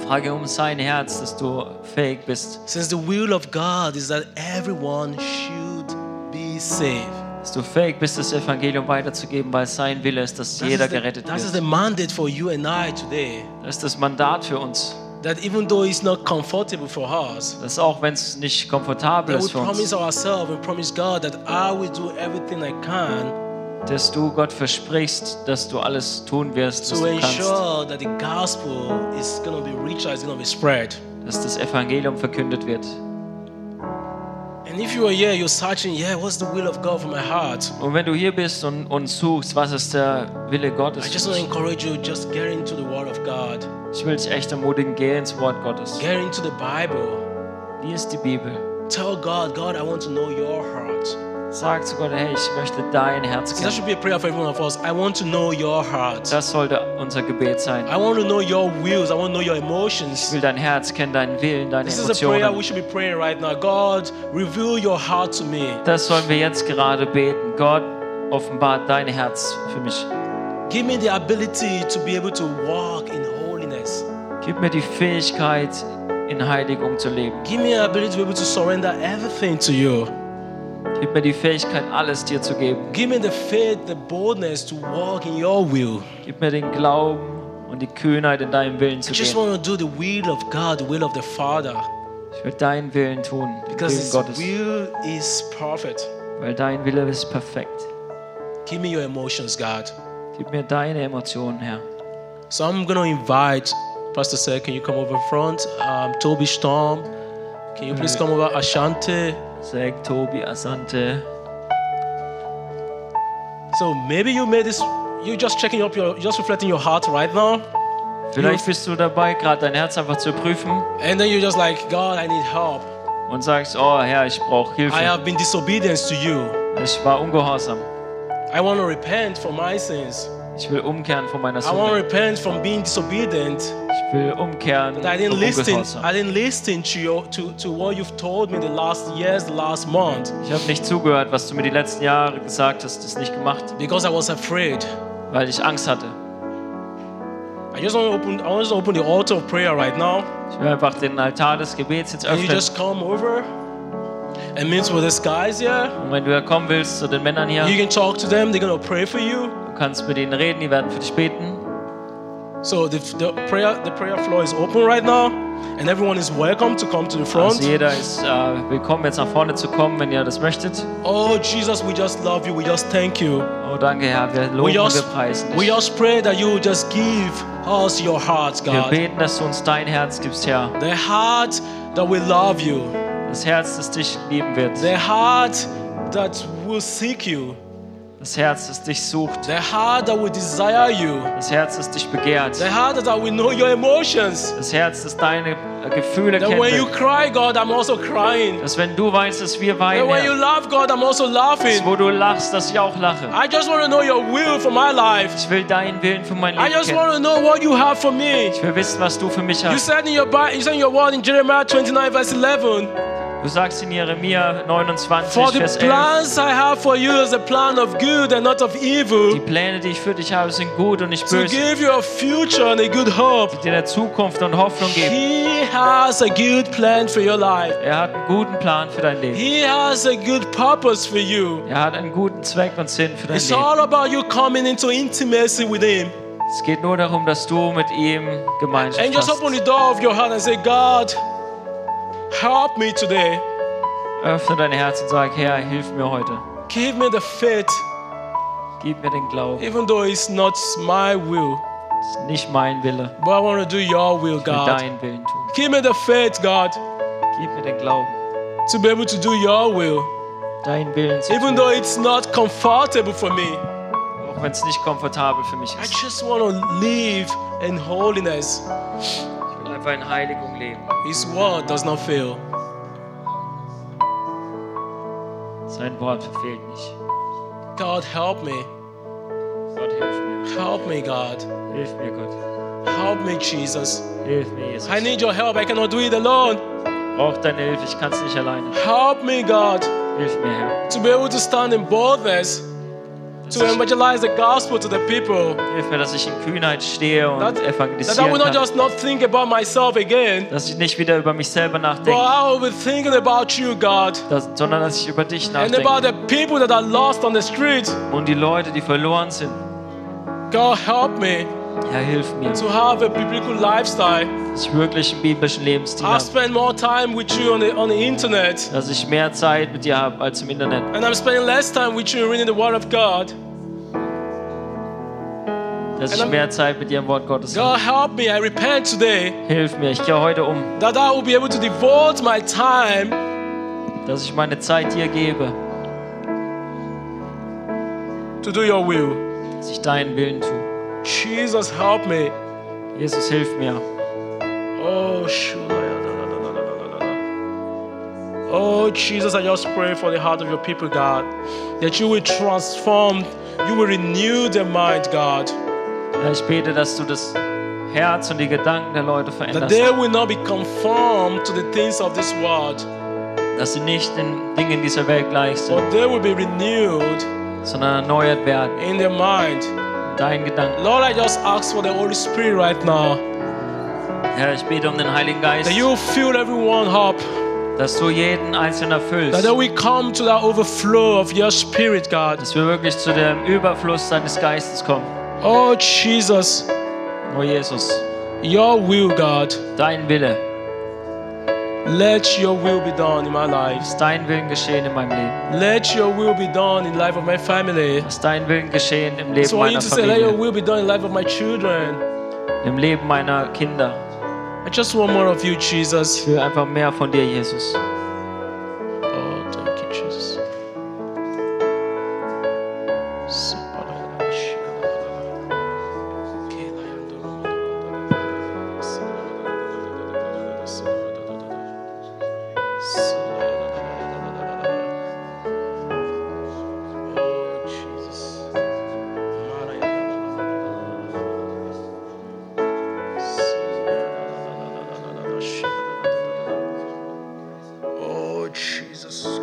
A: Frage um sein Herz, dass du fähig bist,
B: Since the will of God is that everyone should be saved.
A: dass du fähig bist, das Evangelium weiterzugeben, weil es sein Wille ist, dass
B: That is
A: jeder
B: the,
A: gerettet
B: that is
A: wird.
B: the mandate for you and I today.
A: Das ist das Mandat für uns,
B: That even though it's not comfortable for us,
A: dass auch wenn es nicht komfortabel
B: that we
A: ist für
B: promise
A: uns,
B: ourselves and promise God that I will do everything I can
A: dass du Gott versprichst, dass du alles tun wirst, was
B: to
A: du kannst,
B: ensure that the gospel is going to be reached, it's going to be spread.
A: dass das Evangelium verkündet wird.
B: And if you are here, you're searching, yeah, what's the will of God for my heart?
A: Und wenn du hier bist und, und suchst, was ist der Wille Gottes,
B: I
A: für
B: just want to
A: dich,
B: encourage you, just get into the Word of God,
A: ich will dich echt ermutigen, geh ins Wort Gottes.
B: get into the Bible.
A: Lies die Bibel.
B: Tell God, God, I want to know your heart.
A: Sag zu Gott, hey, ich möchte dein Herz
B: So
A: kennen.
B: that should be a prayer for every one of us. I want to know your heart.
A: Das sollte unser Gebet sein.
B: I want to know your wills. I want to know your
A: Ich
B: emotions.
A: will dein Herz kennen, deinen Willen, deine
B: This is a prayer we
A: Emotionen.
B: should be praying right now. God, reveal your heart to me.
A: Das sollen wir jetzt gerade beten. Gott, offenbart dein Herz für mich.
B: Give me the ability to be able to walk in holiness.
A: Gib mir die Fähigkeit, in Heiligung zu leben.
B: Give me the ability to be able to surrender everything to you.
A: Gib mir die Fähigkeit, alles dir zu geben.
B: Give me the faith, the boldness to walk in your will.
A: Gib mir den Glauben und die Kühnheit, in deinem Willen
B: I
A: zu
B: just
A: gehen.
B: want to do the will of God, the will of the Father.
A: Ich will deinen Willen tun, den
B: Because
A: Willen
B: His
A: Gottes.
B: will is perfect.
A: Weil dein Wille ist perfekt.
B: Give me your emotions, God.
A: Gib mir deine Emotionen, Herr.
B: So I'm going to invite Pastor said, can you come over front? Um, Toby Storm, can you please come over? Ashante.
A: Zack, Tobi, Asante.
B: So maybe you made this, you're just checking up your, just reflecting your heart right now.
A: Vielleicht bist du dabei, gerade dein Herz einfach zu prüfen
B: And then you're just like, God, I need help.
A: und sagst, oh Herr, ich brauche
B: I
A: Hilfe.
B: have been disobedient to you.
A: Ich war ungehorsam.
B: I want to repent for my sins.
A: Ich will umkehren von meiner
B: I want to
A: Sünde.
B: repent from being disobedient.
A: Ich will umkehren
B: That I
A: von
B: didn't listen. I
A: ungehorsam.
B: didn't listen to your to, to what you've told me the last years, the last month,
A: Ich habe nicht zugehört, was du mir die letzten Jahre gesagt hast, das nicht gemacht,
B: because I was afraid.
A: weil ich Angst hatte.
B: I just want to open. I want to open the altar of prayer right now.
A: Ich will einfach den Altar des Gebets jetzt
B: And you
A: öffnen.
B: just come over and meet with these guys here.
A: Und wenn du kommen willst zu den Männern hier,
B: You can talk to them. They're gonna pray for you.
A: du kannst mit ihnen reden, die werden für dich beten.
B: So the, the prayer the prayer floor is open right now, and everyone is welcome to come to the front.
A: Also jeder ist äh, willkommen, jetzt nach vorne zu kommen, wenn ihr das möchtet.
B: Oh Jesus, we just love you. We just thank you.
A: Oh, danke, Herr. Wir
B: We
A: loben und wir
B: just
A: preisen
B: we
A: dich.
B: just pray that you will just give us your heart,
A: Wir
B: God.
A: beten, dass du uns dein Herz gibst, Herr.
B: The heart that will love you.
A: Das Herz, das dich lieben wird.
B: The heart that will seek you.
A: Das Herz, das dich sucht.
B: The heart that will desire you.
A: Das Herz, das dich begehrt.
B: The heart that will know your emotions.
A: Das Herz, das deine äh, Gefühle
B: That
A: kennt.
B: when you
A: wird.
B: cry, God, I'm also crying.
A: Dass wenn du weinst, dass wir
B: That
A: weinen,
B: when you
A: Herr.
B: laugh, God, I'm also
A: Dass
B: laughing.
A: wo du lachst, dass ich auch lache.
B: I just want to know your will for my life.
A: Ich will deinen Willen für mein
B: I
A: Leben
B: just
A: kennen.
B: want to know what you have for me.
A: Ich will wissen, was du für mich
B: You
A: hast.
B: said in your Bi- you said in your word in Jeremiah 29 verse 11,
A: Du sagst in Jeremia 29,
B: for the
A: Vers 11,
B: plans I have for you is a plan of good and not of
A: die
B: evil,
A: Pläne, die ich für dich habe, sind gut und nicht
B: to
A: böse,
B: give you a future and a good hope.
A: die dir der Zukunft und Hoffnung geben.
B: He has a good plan for your life.
A: Er hat einen guten Plan für dein Leben.
B: He has a good purpose for you.
A: Er hat einen guten Zweck und Sinn für dein
B: It's
A: Leben.
B: all about you coming into intimacy with Him.
A: Es geht nur darum, dass du mit ihm Gemeinschaft
B: And just open
A: hast.
B: the door of your heart and say, God, help me today.
A: Öffne dein Herz und sag, Herr, hilf mir heute.
B: Give me the faith,
A: Gib mir den Glauben.
B: even though it's not my will,
A: Es ist nicht mein Wille,
B: but I want to do your will,
A: nur
B: God.
A: dein Willen tun.
B: Give me the faith, God,
A: Gib mir den Glauben,
B: to be able to do your will,
A: deinen Willen zu tun,
B: even though it's not comfortable for me.
A: auch wenn es nicht komfortabel für mich
B: I
A: ist.
B: just want to live in holiness.
A: Ich will einfach in Heiligung leben.
B: His word does not fail.
A: Sein Wort verfehlt nicht.
B: God, help me.
A: Gott, hilf mir.
B: Help me, God.
A: Hilf mir, Gott.
B: Help me, Jesus.
A: Hilf mir, Jesus.
B: I need your help. I cannot do it alone.
A: Ich brauche deine Hilfe. Ich kann es nicht alleine.
B: Help me, God,
A: Hilf mir, Herr.
B: to be able to stand in boldness,
A: Dass
B: to
A: ich,
B: evangelize the gospel to the people.
A: hilf mir, dass ich in Kühnheit stehe und
B: That, that I
A: evangelisieren
B: will not
A: kann.
B: just not think about myself again,
A: Dass ich nicht wieder über mich selber
B: but
A: nachdenke,
B: I will be thinking about you, God,
A: dass, sondern dass ich über dich
B: and about
A: nachdenke.
B: the people that are lost on the street.
A: Und die Leute, die verloren sind.
B: God, help me
A: Herr, hilf mir,
B: to have a biblical lifestyle.
A: dass ich wirklich einen biblischen Lebensstil
B: I
A: habe.
B: spend more time with you on the, on the internet,
A: Dass ich mehr Zeit mit dir habe als im Internet.
B: and I'm spending less time with you reading the Word of God.
A: Dass ich
B: And I'm-
A: mehr Zeit mit dir im Wort Gottes habe.
B: God, help me. I repent today.
A: Hilf mir, ich gehe heute um.
B: that I will be able to devote my time
A: Dass ich meine Zeit dir gebe,
B: to do your will.
A: dass ich deinen Willen tue.
B: Jesus, help me.
A: Jesus, hilf mir.
B: Oh, Shulaya, da, da, da, da, da, da, da, da. oh Jesus, I just pray for the heart of your people, God, that you will transform, you will renew their mind, God,
A: Herr, ich bete, dass du das Herz und die Gedanken der Leute
B: that
A: veränderst,
B: they will not be conformed to the things of this world,
A: dass sie nicht den Dingen dieser Welt gleich sind,
B: but they will be renewed
A: sondern erneuert werden.
B: in their mind.
A: in Deinen Gedanken.
B: Lord, I just ask for the Holy Spirit right now,
A: Herr, ich bete um den Heiligen Geist,
B: that you will fill everyone up.
A: dass du jeden Einzelnen
B: That
A: erfüllst,
B: then we come to that overflow of your spirit, God.
A: dass wir wirklich zu dem Überfluss deines Geistes kommen.
B: Oh, Jesus,
A: O Jesus,
B: your will, God.
A: dein Wille,
B: Let your will be done in my life.
A: dass dein Willen geschehen in meinem Leben,
B: Let your will be done in the life of my family.
A: dass dein Willen geschehen im Leben
B: So I want you
A: meiner
B: to say, let your
A: Familie.
B: will be done in the life of my children.
A: im Leben meiner Kinder.
B: I just want more of you, Jesus.
A: Ich will einfach mehr von dir, Jesus.
B: Oh, thank you, Jesus. Oh, Jesus.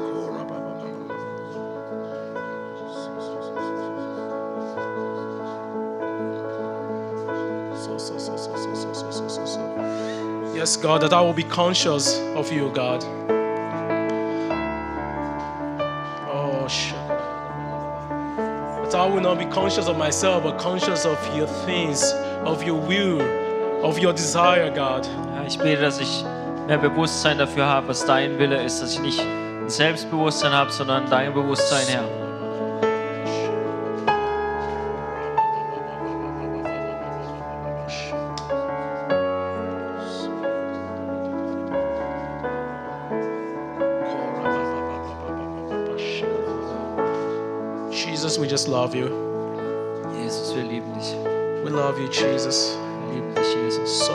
B: Yes, God, that I will be conscious of you, God. Oh, sh- That I will not be conscious of myself, but conscious of your things, of your will, of your desire, God.
A: Ja, ich bete, dass ich mehr Bewusstsein dafür habe, was dein Wille ist, dass ich nicht ein Selbstbewusstsein habe, sondern dein Bewusstsein, Herr.
B: Jesus, we just love you.
A: Jesus, wir lieben dich.
B: We love you, Jesus.
A: Wir lieben dich, Jesus.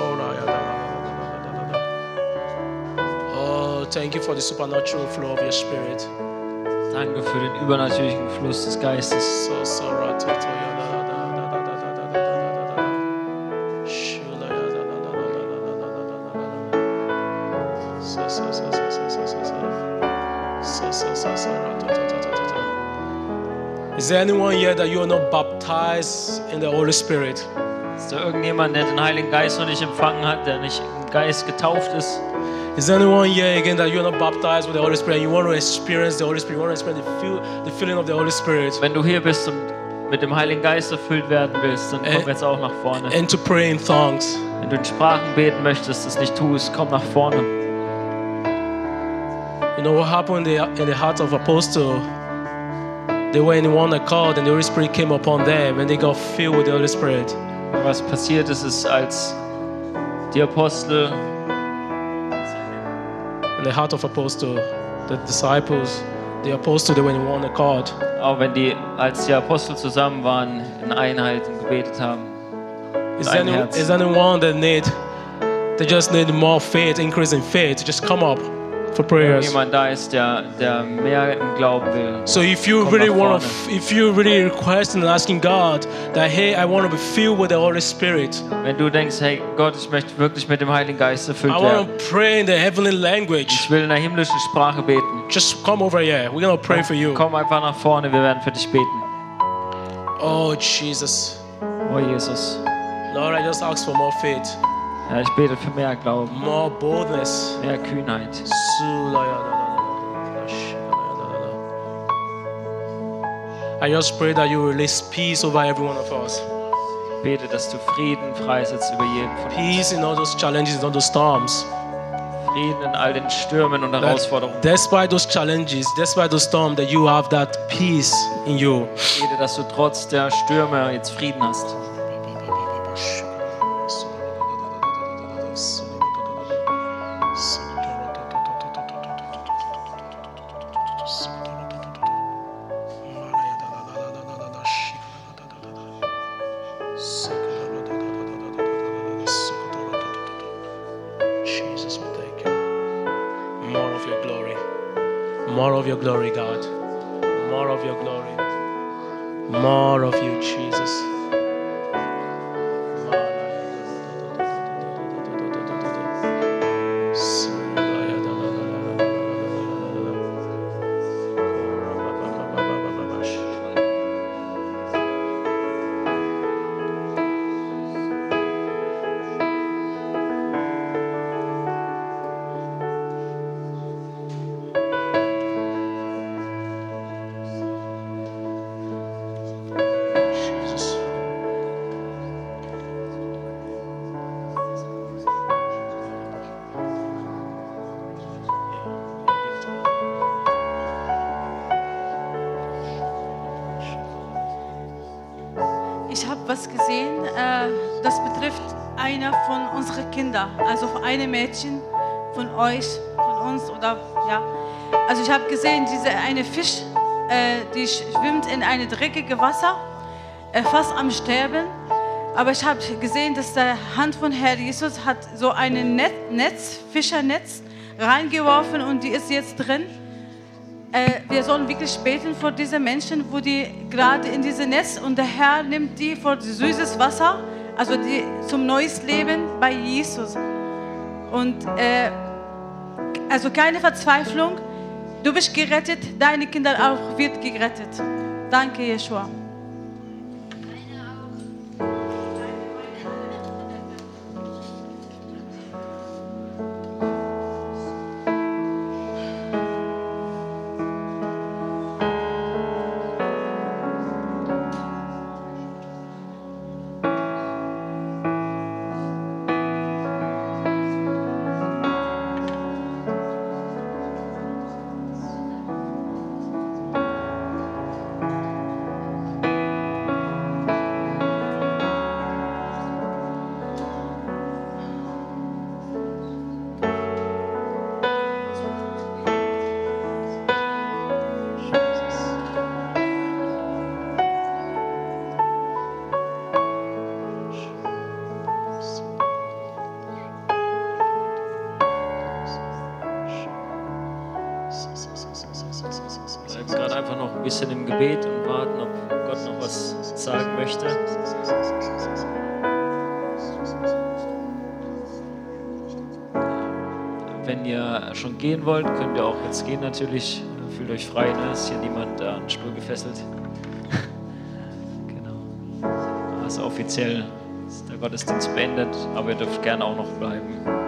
B: Oh, thank you for the supernatural flow of your spirit.
A: Danke für den übernatürlichen Fluss des Geistes.
B: So sorra toto yada. Shula yada. So so so so so so so so. So so so sorra toto toto toto. Is there anyone here that you are not baptized in the Holy Spirit?
A: Ist da irgendjemand, der den Heiligen Geist noch nicht empfangen hat, der nicht im Geist getauft ist?
B: Is there anyone here again that you are not baptized with the Holy Spirit? And you want to experience the Holy Spirit. You want to experience the, feel, the feeling of the Holy Spirit.
A: Wenn du hier bist und mit dem Heiligen Geist erfüllt werden willst, dann komm
B: Äh.
A: jetzt auch nach vorne.
B: And to pray in tongues.
A: Wenn du in Sprachen beten möchtest, das nicht tust, komm nach vorne.
B: You know what happened in the, in the heart of apostle? They were in one accord, and the Holy Spirit came upon them, and they got filled with the Holy Spirit.
A: Was passiert ist, ist, als die Apostel
B: In the heart of apostle, the disciples, the apostle, they were in one accord.
A: Auch wenn die, als die Apostel zusammen waren, in Einheit und gebetet haben.
B: Is
A: Ein
B: there, any,
A: Herz.
B: is there anyone that need? They just need more faith, increase in faith. Just come up for
A: Wenn
B: prayers.
A: jemand da ist, der, der mehr im Glauben will.
B: So if you
A: Come
B: really
A: up
B: want,
A: front.
B: to, if you really requesting and asking God that, hey, I want to be filled with the Holy Spirit.
A: Wenn du denkst, hey Gott, ich möchte wirklich mit dem Heiligen Geist erfüllt
B: I want
A: werden.
B: to pray in the heavenly language.
A: Ich will in der himmlischen Sprache beten.
B: Just come over here. We're gonna pray for you.
A: Komm einfach nach vorne, wir werden für dich beten.
B: Oh, Jesus.
A: Oh Jesus.
B: Lord, I just ask for more faith,
A: Ja, ich bete für mehr Glauben,
B: more boldness.
A: mehr Kühnheit.
B: I just pray that you release peace over every one of us.
A: Ich bete, dass du Frieden freisetzt über jeden von uns.
B: Peace in all those challenges, in all those storms.
A: Frieden in all den Stürmen und Herausforderungen.
B: That despite those challenges, despite those storms, that you have that peace in you.
A: Ich bete, dass du trotz der Stürme jetzt Frieden hast.
B: Jesus, we thank you. More of your glory. More of your glory, God. More of your glory. More of you, Jesus. Jesus.
C: Ich habe was gesehen, äh, das betrifft einer von unseren Kindern, also von einem Mädchen, von euch, von uns oder ja. Also ich habe gesehen, diese eine Fisch, äh, die schwimmt in eine dreckige Wasser, äh, fast am Sterben. Aber ich habe gesehen, dass der Hand von Herr Jesus hat so ein Net, Netz, Fischernetz reingeworfen und die ist jetzt drin. Äh, wir sollen wirklich beten vor diese Menschen, wo die gerade in diese Netz und der Herr nimmt die vor süßes Wasser, also die zum neues Leben bei Jesus. Und äh, also keine Verzweiflung, du bist gerettet, deine Kinder auch wird gerettet. Danke, Jeshua.
A: Bleiben gerade einfach noch ein bisschen im Gebet und warten, ob Gott noch was sagen möchte. Ähm, Wenn ihr schon gehen wollt, könnt ihr auch jetzt gehen natürlich. Fühlt euch frei, ne? ist hier niemand äh, an den Stuhl gefesselt. genau. Also offiziell ist der Gottesdienst beendet, aber ihr dürft gerne auch noch bleiben.